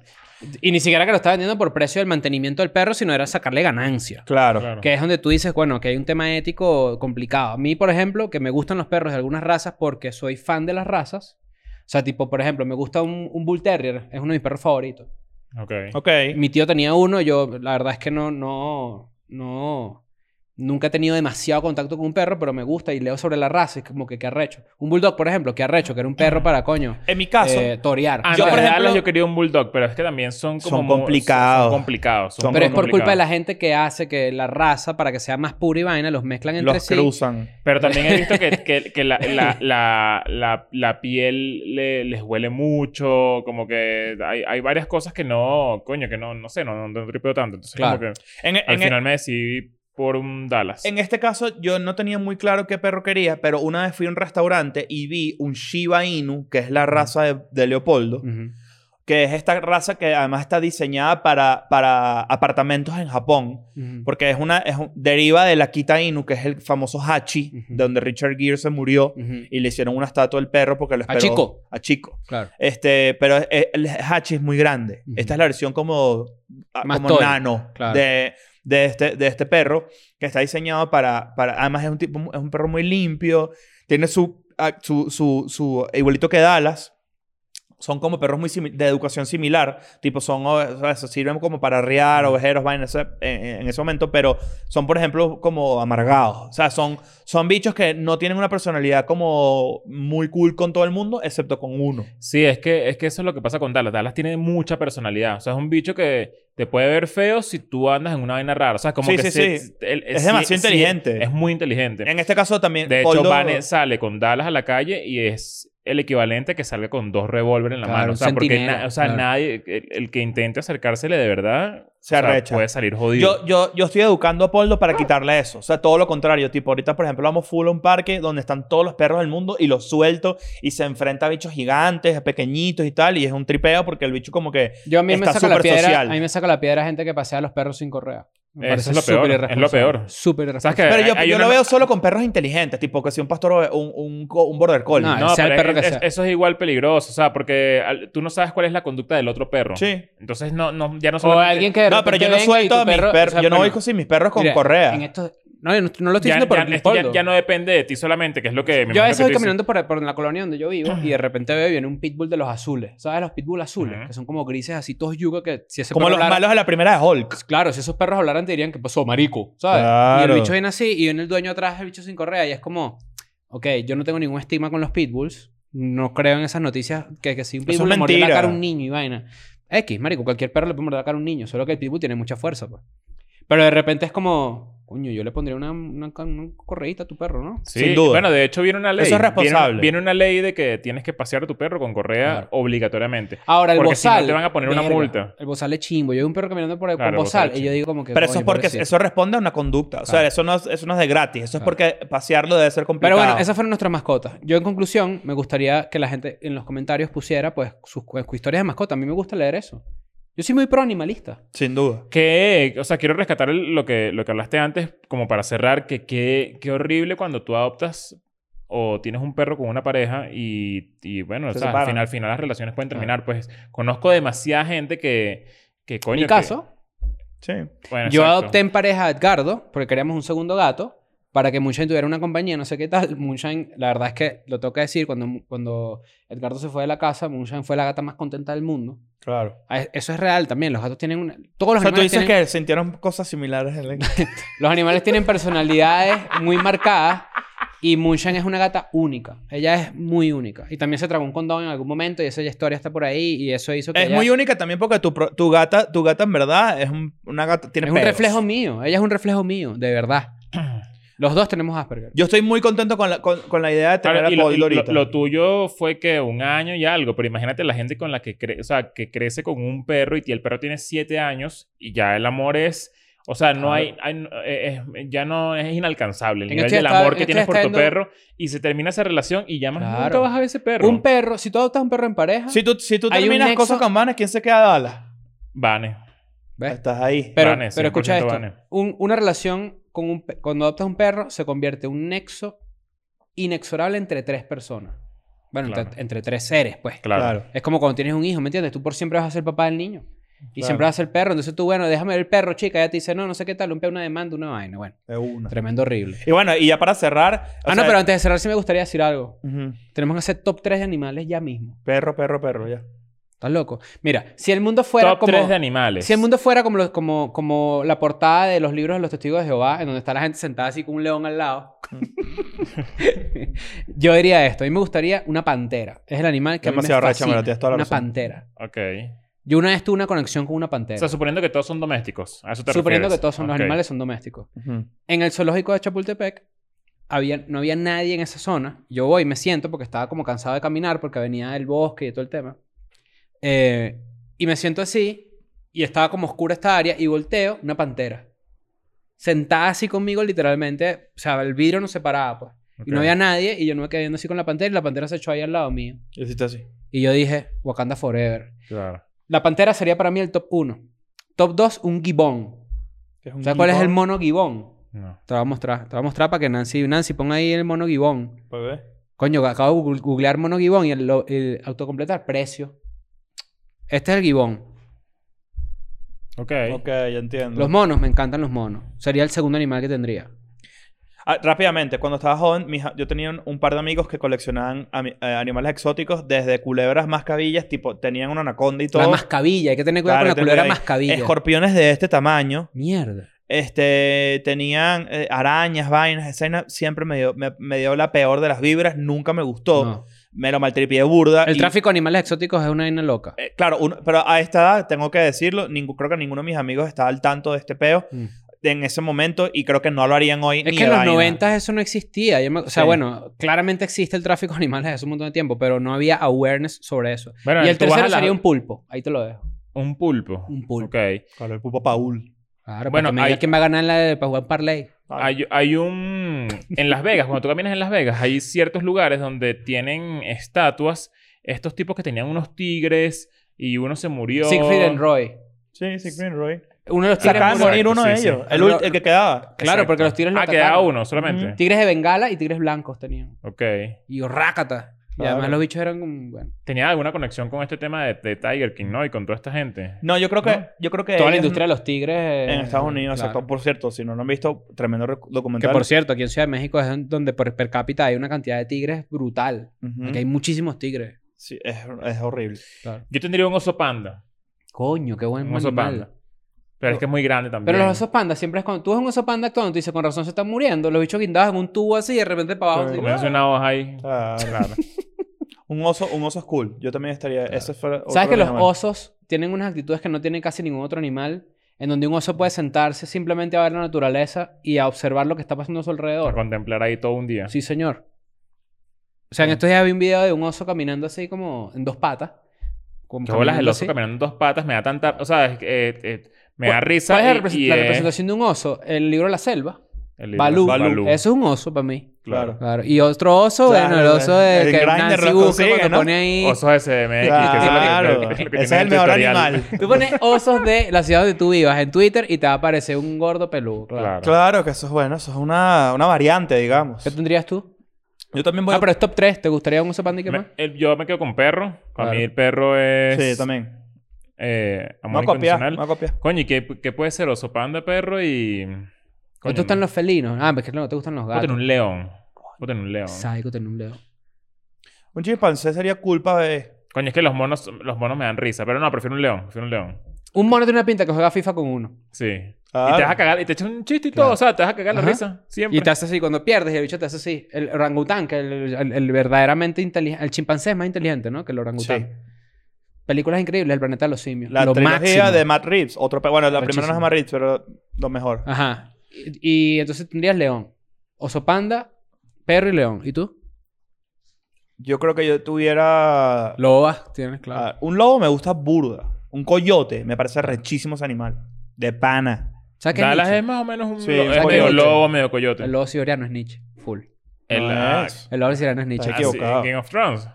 S4: Y ni siquiera que lo estaba vendiendo por precio del mantenimiento del perro, sino era sacarle ganancia.
S3: Claro.
S2: claro.
S4: Que es donde tú dices, bueno, que hay un tema ético complicado. A mí, por ejemplo, que me gustan los perros de algunas razas porque soy fan de las razas. O sea, tipo, por ejemplo, me gusta un, un Bull Terrier. Es uno de mis perros favoritos.
S2: Ok.
S3: Ok.
S4: Mi tío tenía uno. Yo, la verdad es que no, no, no... Nunca he tenido demasiado contacto con un perro, pero me gusta y leo sobre la raza. Es como que qué arrecho. Un Bulldog, por ejemplo, qué arrecho. Que era un perro para, coño,
S3: En mi caso,
S4: eh, torear.
S2: Ah,
S3: Yo,
S2: no,
S3: por
S2: de
S3: ejemplo-
S2: Dallas yo quería un bulldog, pero es que también son como...
S3: Son
S2: muy-
S3: complicados.
S2: Son complicados. son
S3: Son
S2: muy
S4: pero es por culpa de
S2: complicados.
S4: la gente que hace que la raza, para que sea más pura y vaina, los mezclan entre
S3: los
S4: sí.
S3: cruzan.
S2: Pero también he visto que, que- que la, la- la- la- la piel le- les huele mucho, como que hay, hay varias cosas que no, coño, que no, no sé, no, no, no tripeo tanto. Entonces,
S4: Claro.
S2: como que
S3: En,
S2: al
S3: en-
S2: final me decidí por un Dallas.
S3: en este caso, yo no tenía muy claro qué perro quería, pero una vez fui a un restaurante y vi un Shiba Inu, que es la raza de, de Leopoldo,
S4: Ujú.
S3: que es esta raza que además está diseñada para, para apartamentos en Japón.
S4: Ujú.
S3: Porque es una es un- deriva de la Kita Inu, que es el famoso Hachi,
S4: Ujú.
S3: de donde Richard Gere se murió
S4: Ujú.
S3: y le hicieron una estatua al perro porque lo
S4: A
S3: esperó.
S4: Chico.
S3: A Chico.
S4: Claro.
S3: Este, pero eh, el Hachi es muy grande.
S4: Ujú.
S3: Esta es la versión como, ah,
S4: Más
S3: como
S4: toy,
S3: nano
S4: claro.
S3: de, de, este, de este perro que está diseñado para, para... Además es un, tipo, es un perro muy limpio. Tiene su, ah, su, su, su igualito que Dallas. Son como perros muy simi- de educación similar. Tipo, son... o- o sea, sirven como para arriar, ovejeros, vainas o sea, en, en ese momento. Pero son, por ejemplo, como amargados. O sea, son, son bichos que no tienen una personalidad como muy cool con todo el mundo, excepto con uno.
S2: Sí, es que, es que eso es lo que pasa con Dallas. Dallas tiene mucha personalidad. O sea, es un bicho que te puede ver feo si tú andas en una vaina rara. O sea, es como
S3: Sí,
S2: que
S3: sí,
S2: se-
S3: sí.
S2: él-
S3: Es
S2: sí,
S3: demasiado
S2: sí,
S3: inteligente.
S2: Es muy inteligente.
S3: En este caso también...
S2: De hecho,
S3: Poldo-
S2: Vane sale con Dallas a la calle y es el equivalente a que salga con dos revólveres en la
S4: Claro,
S2: mano. O
S4: un
S2: sea, porque
S4: centinela,
S2: na- o sea,
S4: claro.
S2: nadie, el, el que intente acercársele de verdad
S3: Se
S2: o sea,
S3: arrecha.
S2: puede salir jodido.
S3: Yo, yo, yo estoy educando a Poldo para quitarle eso. O sea, todo lo contrario. Tipo, ahorita, por ejemplo, vamos full a un parque donde están todos los perros del mundo y los suelto y se enfrenta a bichos gigantes, a pequeñitos y tal. Y es un tripeo porque el bicho como que...
S2: Eh,
S4: Yo a mí me
S3: Está
S4: saca la
S3: súper
S4: piedra,
S3: social.
S4: a mí me saca la piedra gente que pasea a los perros sin correa. Me
S2: Eso es lo
S4: súper
S2: peor, es
S4: irresponsable,
S2: lo peor.
S4: Súper
S2: ¿Sabes
S4: irresponsable.
S2: qué?
S3: Pero yo,
S2: Hay
S3: yo
S2: una-
S3: lo veo solo con perros inteligentes. Tipo, que si un pastor o un, un, co- un border collie.
S4: No,
S2: No,
S4: sea el
S2: pero
S4: perro que
S2: es-
S4: sea.
S2: eso es igual peligroso. O sea, porque al- tú no sabes cuál es la conducta del otro perro.
S3: Sí.
S2: Entonces, no, no, ya no
S4: O
S2: solamente-
S4: alguien que de
S3: No, pero
S4: repente
S3: yo no
S4: venga y
S3: suelto
S4: tu
S3: a mis
S4: perro-
S3: perros.
S4: o sea,
S3: yo no
S4: bueno,
S3: voy con sí, mis perros con
S4: mira,
S3: correa.
S4: en este estos- no, yo no, no lo estoy
S2: Ya,
S4: diciendo
S2: ya-
S4: por
S2: es que ya-
S4: Leopoldo.
S2: ya no depende de ti solamente, que es lo que... me
S4: Yo a
S2: imagino
S4: veces
S2: que tú
S4: voy
S2: dices.
S4: caminando por, por la colonia donde yo vivo y de repente veo viene un pitbull de los azules. ¿Sabes? Los pitbull azules,
S2: Ujú.
S4: que son como grises así todos yuca que si ese
S3: Como
S4: perro
S3: los
S4: hablara-
S3: malos de la primera de Hulk.
S4: Pues Claro, si esos perros hablaran te dirían que pasó, marico, ¿sabes? Y
S3: Claro.
S4: el bicho viene así y viene el dueño atrás, el bicho sin correa, y es como, ok, yo no tengo ningún estigma con los pitbulls, no creo en esas noticias que, que si un
S3: Eso es
S4: pitbull le mordió la
S3: mentira.
S4: cara a un niño y vaina. X, marico, cualquier perro le puede morder la cara a un niño, solo que el pitbull tiene mucha fuerza, pues. Pero de repente es como, coño, yo le pondría una, una, ca- una correíta a tu perro, ¿no?
S2: Sí,
S3: Sin duda.
S2: Bueno, de hecho viene una ley.
S3: Eso es
S2: Viene-
S3: responsable.
S2: Viene, una ley de que tienes que pasear a tu perro con correa
S4: Claro.
S2: obligatoriamente.
S4: Ahora, el
S2: Porque si no
S4: bozal.
S2: te van a poner una multa.
S4: El bozal es chimbo. Yo veo un perro caminando por ahí
S2: Claro, el
S4: con
S2: bozal
S4: bozal
S2: es
S4: y yo
S2: chimbo.
S4: digo como que...
S3: Pero eso es
S4: coño,
S3: porque
S4: pobrecito.
S3: eso responde a una conducta. O sea,
S4: Claro.
S3: eso, no es, eso no es de gratis. Eso es
S4: Claro.
S3: porque pasearlo debe ser complicado.
S4: Pero bueno, esas fueron nuestras mascotas. Yo en conclusión, me gustaría que la gente en los comentarios pusiera pues sus cu- historias de mascotas. A mí me gusta leer eso. Yo soy muy pro animalista.
S3: Sin duda.
S2: Que, o sea, quiero rescatar el- lo, que, lo que hablaste antes, como para cerrar, que qué qué horrible cuando tú adoptas o tienes un perro con una pareja y, y bueno, o
S3: Se
S2: sea, al,
S3: separan.
S2: final, al final las relaciones
S4: Ah.
S2: pueden terminar. Pues conozco demasiada gente que, que coño.
S4: En mi
S2: que-
S4: caso,
S3: Sí.
S2: bueno,
S4: yo
S2: exacto.
S4: adopté en pareja a Edgardo porque queríamos un segundo gato. para que Moonshine tuviera una compañía, no sé qué tal. Moonshine, la verdad es que lo tengo que decir, cuando, cuando Edgardo se fue de la casa, Moonshine fue la gata más contenta del mundo.
S3: Claro.
S4: Ah, es- Eso es real también, los gatos tienen una... Todos
S3: O
S4: los
S3: sea, tú
S4: animales
S3: dices
S4: tienen...
S3: que sintieron cosas similares. en el-
S4: Los animales tienen personalidades muy marcadas y Moonshine es una gata única. Ella es muy única. Y también se tragó un condón en algún momento y esa historia está por ahí y eso hizo que
S3: Es
S4: ella-
S3: muy única también porque tu, pro- tu gata, tu gata en verdad es un- una gata. Tiene
S4: Es un
S3: pedos.
S4: reflejo mío. Ella es un reflejo mío, de verdad. Los dos tenemos Asperger.
S3: Yo estoy muy contento con la, con, con la idea de tener
S2: Claro, y
S3: a
S2: lo,
S3: Paul
S2: y lo-
S3: ahorita.
S2: lo tuyo fue que un año y algo, pero imagínate la gente con la que, cre- o sea, que crece con un perro y el perro tiene siete años y ya el amor es, o sea, no
S4: Claro.
S2: hay, hay- eh, eh, ya no es inalcanzable el
S4: En
S2: nivel
S4: estos
S2: del
S4: días
S2: amor
S4: estaba-
S2: que
S4: en
S2: tienes
S4: estos
S2: por
S4: días
S2: tu
S4: estaba viendo-
S2: perro y se termina esa relación y ya más
S4: Claro.
S2: nunca vas a ver ese perro.
S4: Un perro, si tú adoptas un perro en pareja,
S3: Si tú, si tú
S4: Hay un
S3: terminas
S4: nexo-
S3: cosas con Vanes, ¿quién se queda de Dallas?
S2: Vane.
S4: ¿ves?
S3: Estás ahí.
S4: ¿Eh? Pero,
S2: Vane,
S4: pero escucha
S2: 100%
S4: esto.
S2: Vane.
S4: Un- una relación con un pe- cuando adoptas un perro se convierte en un nexo inexorable entre tres personas. Bueno, entre-
S2: Claro.
S4: entre, tres seres, pues.
S2: Claro.
S4: Es como cuando tienes un hijo, ¿me entiendes? Tú por siempre vas a ser papá del niño. Y
S3: Claro.
S4: siempre vas a ser perro. Entonces tú, bueno, déjame ver el perro, chica. Ella te dice, no, no sé qué tal, un peo, una demanda, una vaina. Bueno,
S3: De una.
S4: tremendo horrible.
S3: Y bueno, y ya para cerrar. o
S4: ah, no,
S3: sea-
S4: pero antes de cerrar sí me gustaría decir algo.
S3: Ujú.
S4: Tenemos que hacer top 3 de animales ya mismo.
S3: Perro, perro, perro, ya.
S4: ¿Estás loco? Mira, si el mundo fuera
S2: Top
S4: como...
S2: 3 de animales.
S4: Si el mundo fuera como, los- como, como la portada de los libros de los testigos de Jehová, en donde está la gente sentada así con un león al lado, yo diría esto. A mí me gustaría una pantera. Es el animal que a mí me
S3: Demasiado racha,
S4: fascina.
S3: Mara, tienes toda la
S4: Una
S3: razón.
S4: pantera.
S2: Ok.
S4: Yo una vez tuve una conexión con una
S2: O
S4: pantera.
S2: sea, suponiendo que todos son domésticos. A eso te
S4: suponiendo
S2: refieres.
S4: que todos son los
S2: Ok.
S4: animales son domésticos. En el zoológico de Chapultepec había, no había nadie en esa zona. Yo voy, me siento porque estaba como cansado de caminar porque venía del bosque y todo el tema. Eh, y me siento así y estaba como oscura esta área y volteo una pantera. Sentada así conmigo literalmente, o sea, el vidrio nos separaba pues.
S2: Ok.
S4: Y no había nadie y yo no me quedé viendo así con la pantera y la pantera se echó ahí al lado mío.
S3: Y hiciste así.
S4: Y yo dije, Wakanda Forever.
S2: Claro.
S4: La pantera sería para mí el top 1. Top 2, un gibón. ¿Sabes cuál es el mono gibón?
S2: No.
S4: Te lo voy a mostrar. Te voy a mostrar para que Nancy, Nancy ponga ahí el mono gibón.
S3: Bebé.
S4: Coño, acabo de gu- googlear mono gibón y el, lo- el autocompletar precio. Este es el gibón.
S2: Ok.
S3: Ok, ya entiendo.
S4: Los monos, me encantan los monos. Sería el segundo animal que tendría.
S3: Ah, rápidamente, cuando estaba joven, mis a- yo tenía un, un par de amigos que coleccionaban ami- eh, animales exóticos, desde culebras mascabillas, tipo, tenían una anaconda y todo.
S4: La mascabilla, hay que tener cuidado
S3: Claro,
S4: con la
S3: tengo
S4: culebra
S3: ahí.
S4: mascabilla.
S3: Escorpiones de este tamaño.
S4: Mierda.
S3: Este, tenían eh, arañas, vainas, esa vaina siempre me dio, me, me dio la peor de las vibras, nunca me gustó.
S4: No.
S3: Me lo maltripié burda.
S4: El
S3: Ah, y-
S4: tráfico de animales exóticos es una vaina loca.
S3: eh, claro, uno- pero a esta edad, tengo que decirlo, ningún- creo que ninguno de mis amigos estaba al tanto de este peo
S4: Mm.
S3: en ese momento y creo que no lo harían hoy.
S4: Es
S3: ni
S4: que
S3: de
S4: en los
S3: vaina.
S4: 90 eso no existía. Yo me- o sea,
S3: Sí.
S4: bueno, claramente existe el tráfico de animales desde hace un montón de tiempo, pero no había awareness sobre eso.
S2: Bueno,
S4: y el
S2: tú vas a
S4: tercero
S2: la-
S4: sería un pulpo. Ahí te lo dejo.
S2: Un pulpo.
S4: Un pulpo.
S2: Ok.
S3: Claro, el pulpo Paul.
S4: Claro,
S2: Bueno,
S4: bueno, me diga
S2: hay-
S4: quién va a ganar la de para jugar parlay.
S2: Hay, hay un... En Las Vegas, cuando tú caminas en Las Vegas, hay ciertos lugares donde tienen estatuas. Estos tipos que tenían unos tigres y uno se murió.
S4: Siegfried and Roy.
S3: Sí, sí, Green Roy.
S4: Uno de los
S3: Se
S4: tigres
S3: acaba
S2: Exacto,
S3: de
S4: murió.
S3: morir uno de
S2: sí, sí.
S3: ellos. El, ul-
S4: Lo-
S3: el que quedaba.
S4: Claro, porque los tigres lo
S2: Ah, quedaba
S4: atacaron.
S2: uno solamente.
S3: Ujú.
S4: Tigres de Bengala y tigres blancos tenían.
S2: Ok.
S4: Y rácata. Y
S3: Claro.
S4: además los bichos eran como... Bueno,
S2: ¿Tenía alguna conexión con este tema de, de Tiger King, no? Y con toda esta gente.
S3: No, yo creo que...
S2: No.
S3: Yo creo que
S4: toda la
S3: ellos-
S4: industria de los tigres... eh,
S3: En Estados Unidos,
S4: claro.
S3: exacto. Por cierto, si no lo han visto, tremendo rec-
S4: Que
S3: documental.
S4: por cierto, aquí en Ciudad de México es donde por per cápita hay una cantidad de tigres brutal.
S3: Ujú.
S4: Aquí hay muchísimos tigres.
S3: Sí, es, es horrible.
S4: Claro.
S2: Yo tendría un oso panda.
S4: Coño, qué buen
S2: Un oso
S4: animal.
S2: panda. Pero es que es muy grande también.
S4: Pero los osos pandas siempre es cuando tú ves un oso panda actuando y tú dices, con razón se están muriendo. Los bichos guindados en un tubo así y de repente para abajo.
S3: Sí.
S4: así,
S2: Comiéndose una hoja ahí.
S3: Claro. un, oso, un oso es cool. Yo también estaría... Ese fuera otro
S4: ¿Sabes que los
S3: animal.
S4: osos tienen unas actitudes que no tiene casi ningún otro animal? En donde un oso puede sentarse simplemente a ver la naturaleza y a observar lo que está pasando a su
S2: Para
S4: alrededor.
S2: contemplar ahí todo un día.
S4: Sí, señor. O sea, en estos días vi un video de un oso caminando así como en dos patas. Como
S2: Que bolas el
S4: caminando
S2: oso
S4: así.
S2: caminando en dos patas me da tanta... O sea, es que, eh, eh, me da
S4: ¿Cuál-
S2: risa.
S4: ¿Cuál es la,
S2: y-
S4: represen-
S2: y
S4: la
S2: es-
S4: representación de un oso? El libro La Selva.
S2: el libro
S4: Balú.
S2: de
S4: Eso es un oso para mí.
S3: Claro.
S4: Claro. Y otro oso,
S3: Claro,
S4: bueno, el oso de
S3: el
S4: que
S3: Grindr
S4: Nancy
S3: lo
S4: busca
S3: consigue,
S4: cuando
S3: ¿no?
S4: pone ahí...
S2: Osos de CDMX.
S3: Claro.
S2: Que eso es lo que- lo que
S3: Ese
S2: tiene
S3: es
S2: en
S3: el mejor
S2: tutorial.
S3: animal.
S4: Tú pones osos de la ciudad donde tú vivas en Twitter y te va a aparecer un gordo peludo. Claro.
S2: Claro.
S3: Claro que eso es bueno. Eso es una, una variante, digamos.
S4: ¿Qué tendrías tú?
S3: Yo también voy...
S4: Ah, pero es top 3. ¿Te gustaría un oso panda y qué
S2: Me-
S4: más?
S2: el- yo me quedo con perro. Para
S4: Claro.
S2: mí el perro es...
S3: Sí, yo también.
S2: Eh, amor
S3: No copiar.
S2: incondicional.
S3: No copiar.
S2: Coño, ¿y qué, qué puede ser oso panda, perro y... Coño,
S4: ¿No te gustan los felinos? Ah, pues que no, te gustan los
S2: Voy a tener
S4: gatos.
S2: un león. Voy a tener un león.
S4: Sádico tener un león.
S3: Un chimpancé sería culpa de...
S2: Coño, es que los monos, los monos me dan risa. Pero no, prefiero un león. Prefiero un león.
S4: Un mono tiene una pinta que juega FIFA con uno.
S2: Sí.
S3: Claro.
S2: Y te vas a cagar. Y te echas un chiste y todo.
S4: Claro.
S2: O sea, te vas a cagar la
S4: Ajá.
S2: risa. Siempre.
S4: Y te hace así, cuando pierdes, y el bicho te hace así. El orangután, que el, el- el verdaderamente inteligente. El chimpancé es más inteligente, ¿no? Que el orangután. Películas increíbles, El planeta de los simios.
S3: La
S4: lo
S3: trilogía
S4: máximo.
S3: de Matt Reeves. Otro pe- Bueno, la primera no
S4: Muchísimo.
S3: es Matt Reeves, pero lo mejor.
S4: Ajá. Y, y entonces tendrías león. Oso panda, perro y león. ¿Y tú?
S3: Yo creo que yo tuviera...
S4: Lobas tienes,
S3: Ah, un lobo me gusta burda. Un coyote me parece rechísimo ese animal. De pana.
S4: ¿Sabes qué es
S2: Dallas
S4: Nietzsche?
S2: es más o menos un
S3: Sí,
S2: lo-
S3: un
S2: es medio
S3: coyote.
S2: lobo, medio coyote.
S4: El lobo siberiano es Nietzsche. Full.
S2: El,
S3: No
S2: ah,
S3: es.
S4: El lobo siberiano es Nietzsche.
S2: ah,
S3: Está
S2: sí,
S3: equivocado.
S2: Game of Thrones.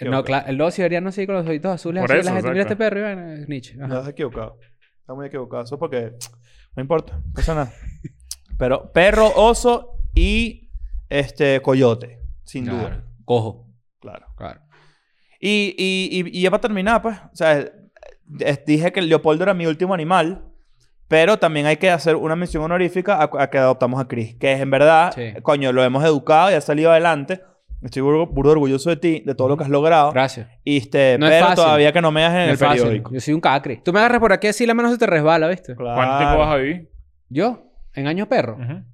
S4: Eh, No, claro. El lobo siberiano sí, con los ojitos azules.
S2: Por
S4: así,
S2: eso,
S4: la gente mira
S2: exacto.
S4: este perro y bueno, es Nietzsche. Ajá.
S3: No, estás equivocado. Estás muy equivocado. Eso es porque... No importa. No pasa nada. Pero perro, oso y este coyote. Sin
S4: Claro.
S3: duda.
S4: Cojo.
S3: Claro.
S4: Claro.
S3: Y, y, y, y ya para terminar, pues, o sea, eh, eh, dije que el Leopoldo era mi último animal, pero también hay que hacer una mención honorífica a, a que adoptamos a Chris, que es en verdad,
S4: Sí.
S3: eh, coño, lo hemos educado y ha salido adelante. Estoy burdo, burdo orgulloso de ti, de todo lo que has logrado.
S4: Gracias.
S3: Y este,
S4: No es
S3: pero
S4: fácil.
S3: todavía que no me das en Ah,
S4: No
S3: el
S4: es fácil.
S3: periódico.
S4: Yo soy un cacre. Tú me agarras por aquí así la mano se te resbala, ¿viste?
S3: Claro.
S2: ¿Cuánto tiempo vas a vivir?
S4: Yo, en años perro.
S2: Ujú.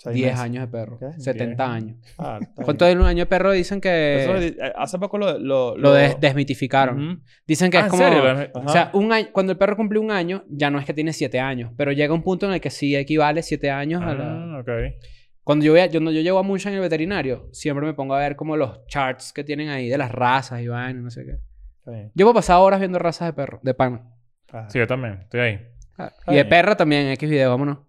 S3: Seis
S4: 10
S3: meses.
S4: años de perro.
S3: ¿Qué?
S4: 70
S2: Diez.
S4: años.
S3: Ah, está
S4: ¿Cuánto
S3: bien.
S4: de un año de perro dicen
S3: Eso
S4: que
S3: es- eh, hace poco lo... Lo,
S4: lo
S3: lo-
S4: des- desmitificaron?
S3: Ujú.
S4: Dicen que
S2: Ah,
S4: es
S2: ¿en
S4: como...
S2: serio? Las-
S3: Ajá.
S4: O sea, un año, cuando el perro cumple un año, ya no es que tiene siete años, pero llega un punto en el que sí equivale siete años a la...
S2: Ah, ok.
S4: Cuando yo, voy a- yo, cuando yo llevo a Musha en el veterinario, siempre me pongo a ver como los charts que tienen ahí de las razas y vainas, no sé qué.
S3: Está bien.
S4: Yo puedo pasar horas viendo razas de perro, de pan.
S3: Ah.
S2: Sí, yo también. Estoy ahí.
S4: Y de
S2: bien.
S4: perra también, X video, vámonos.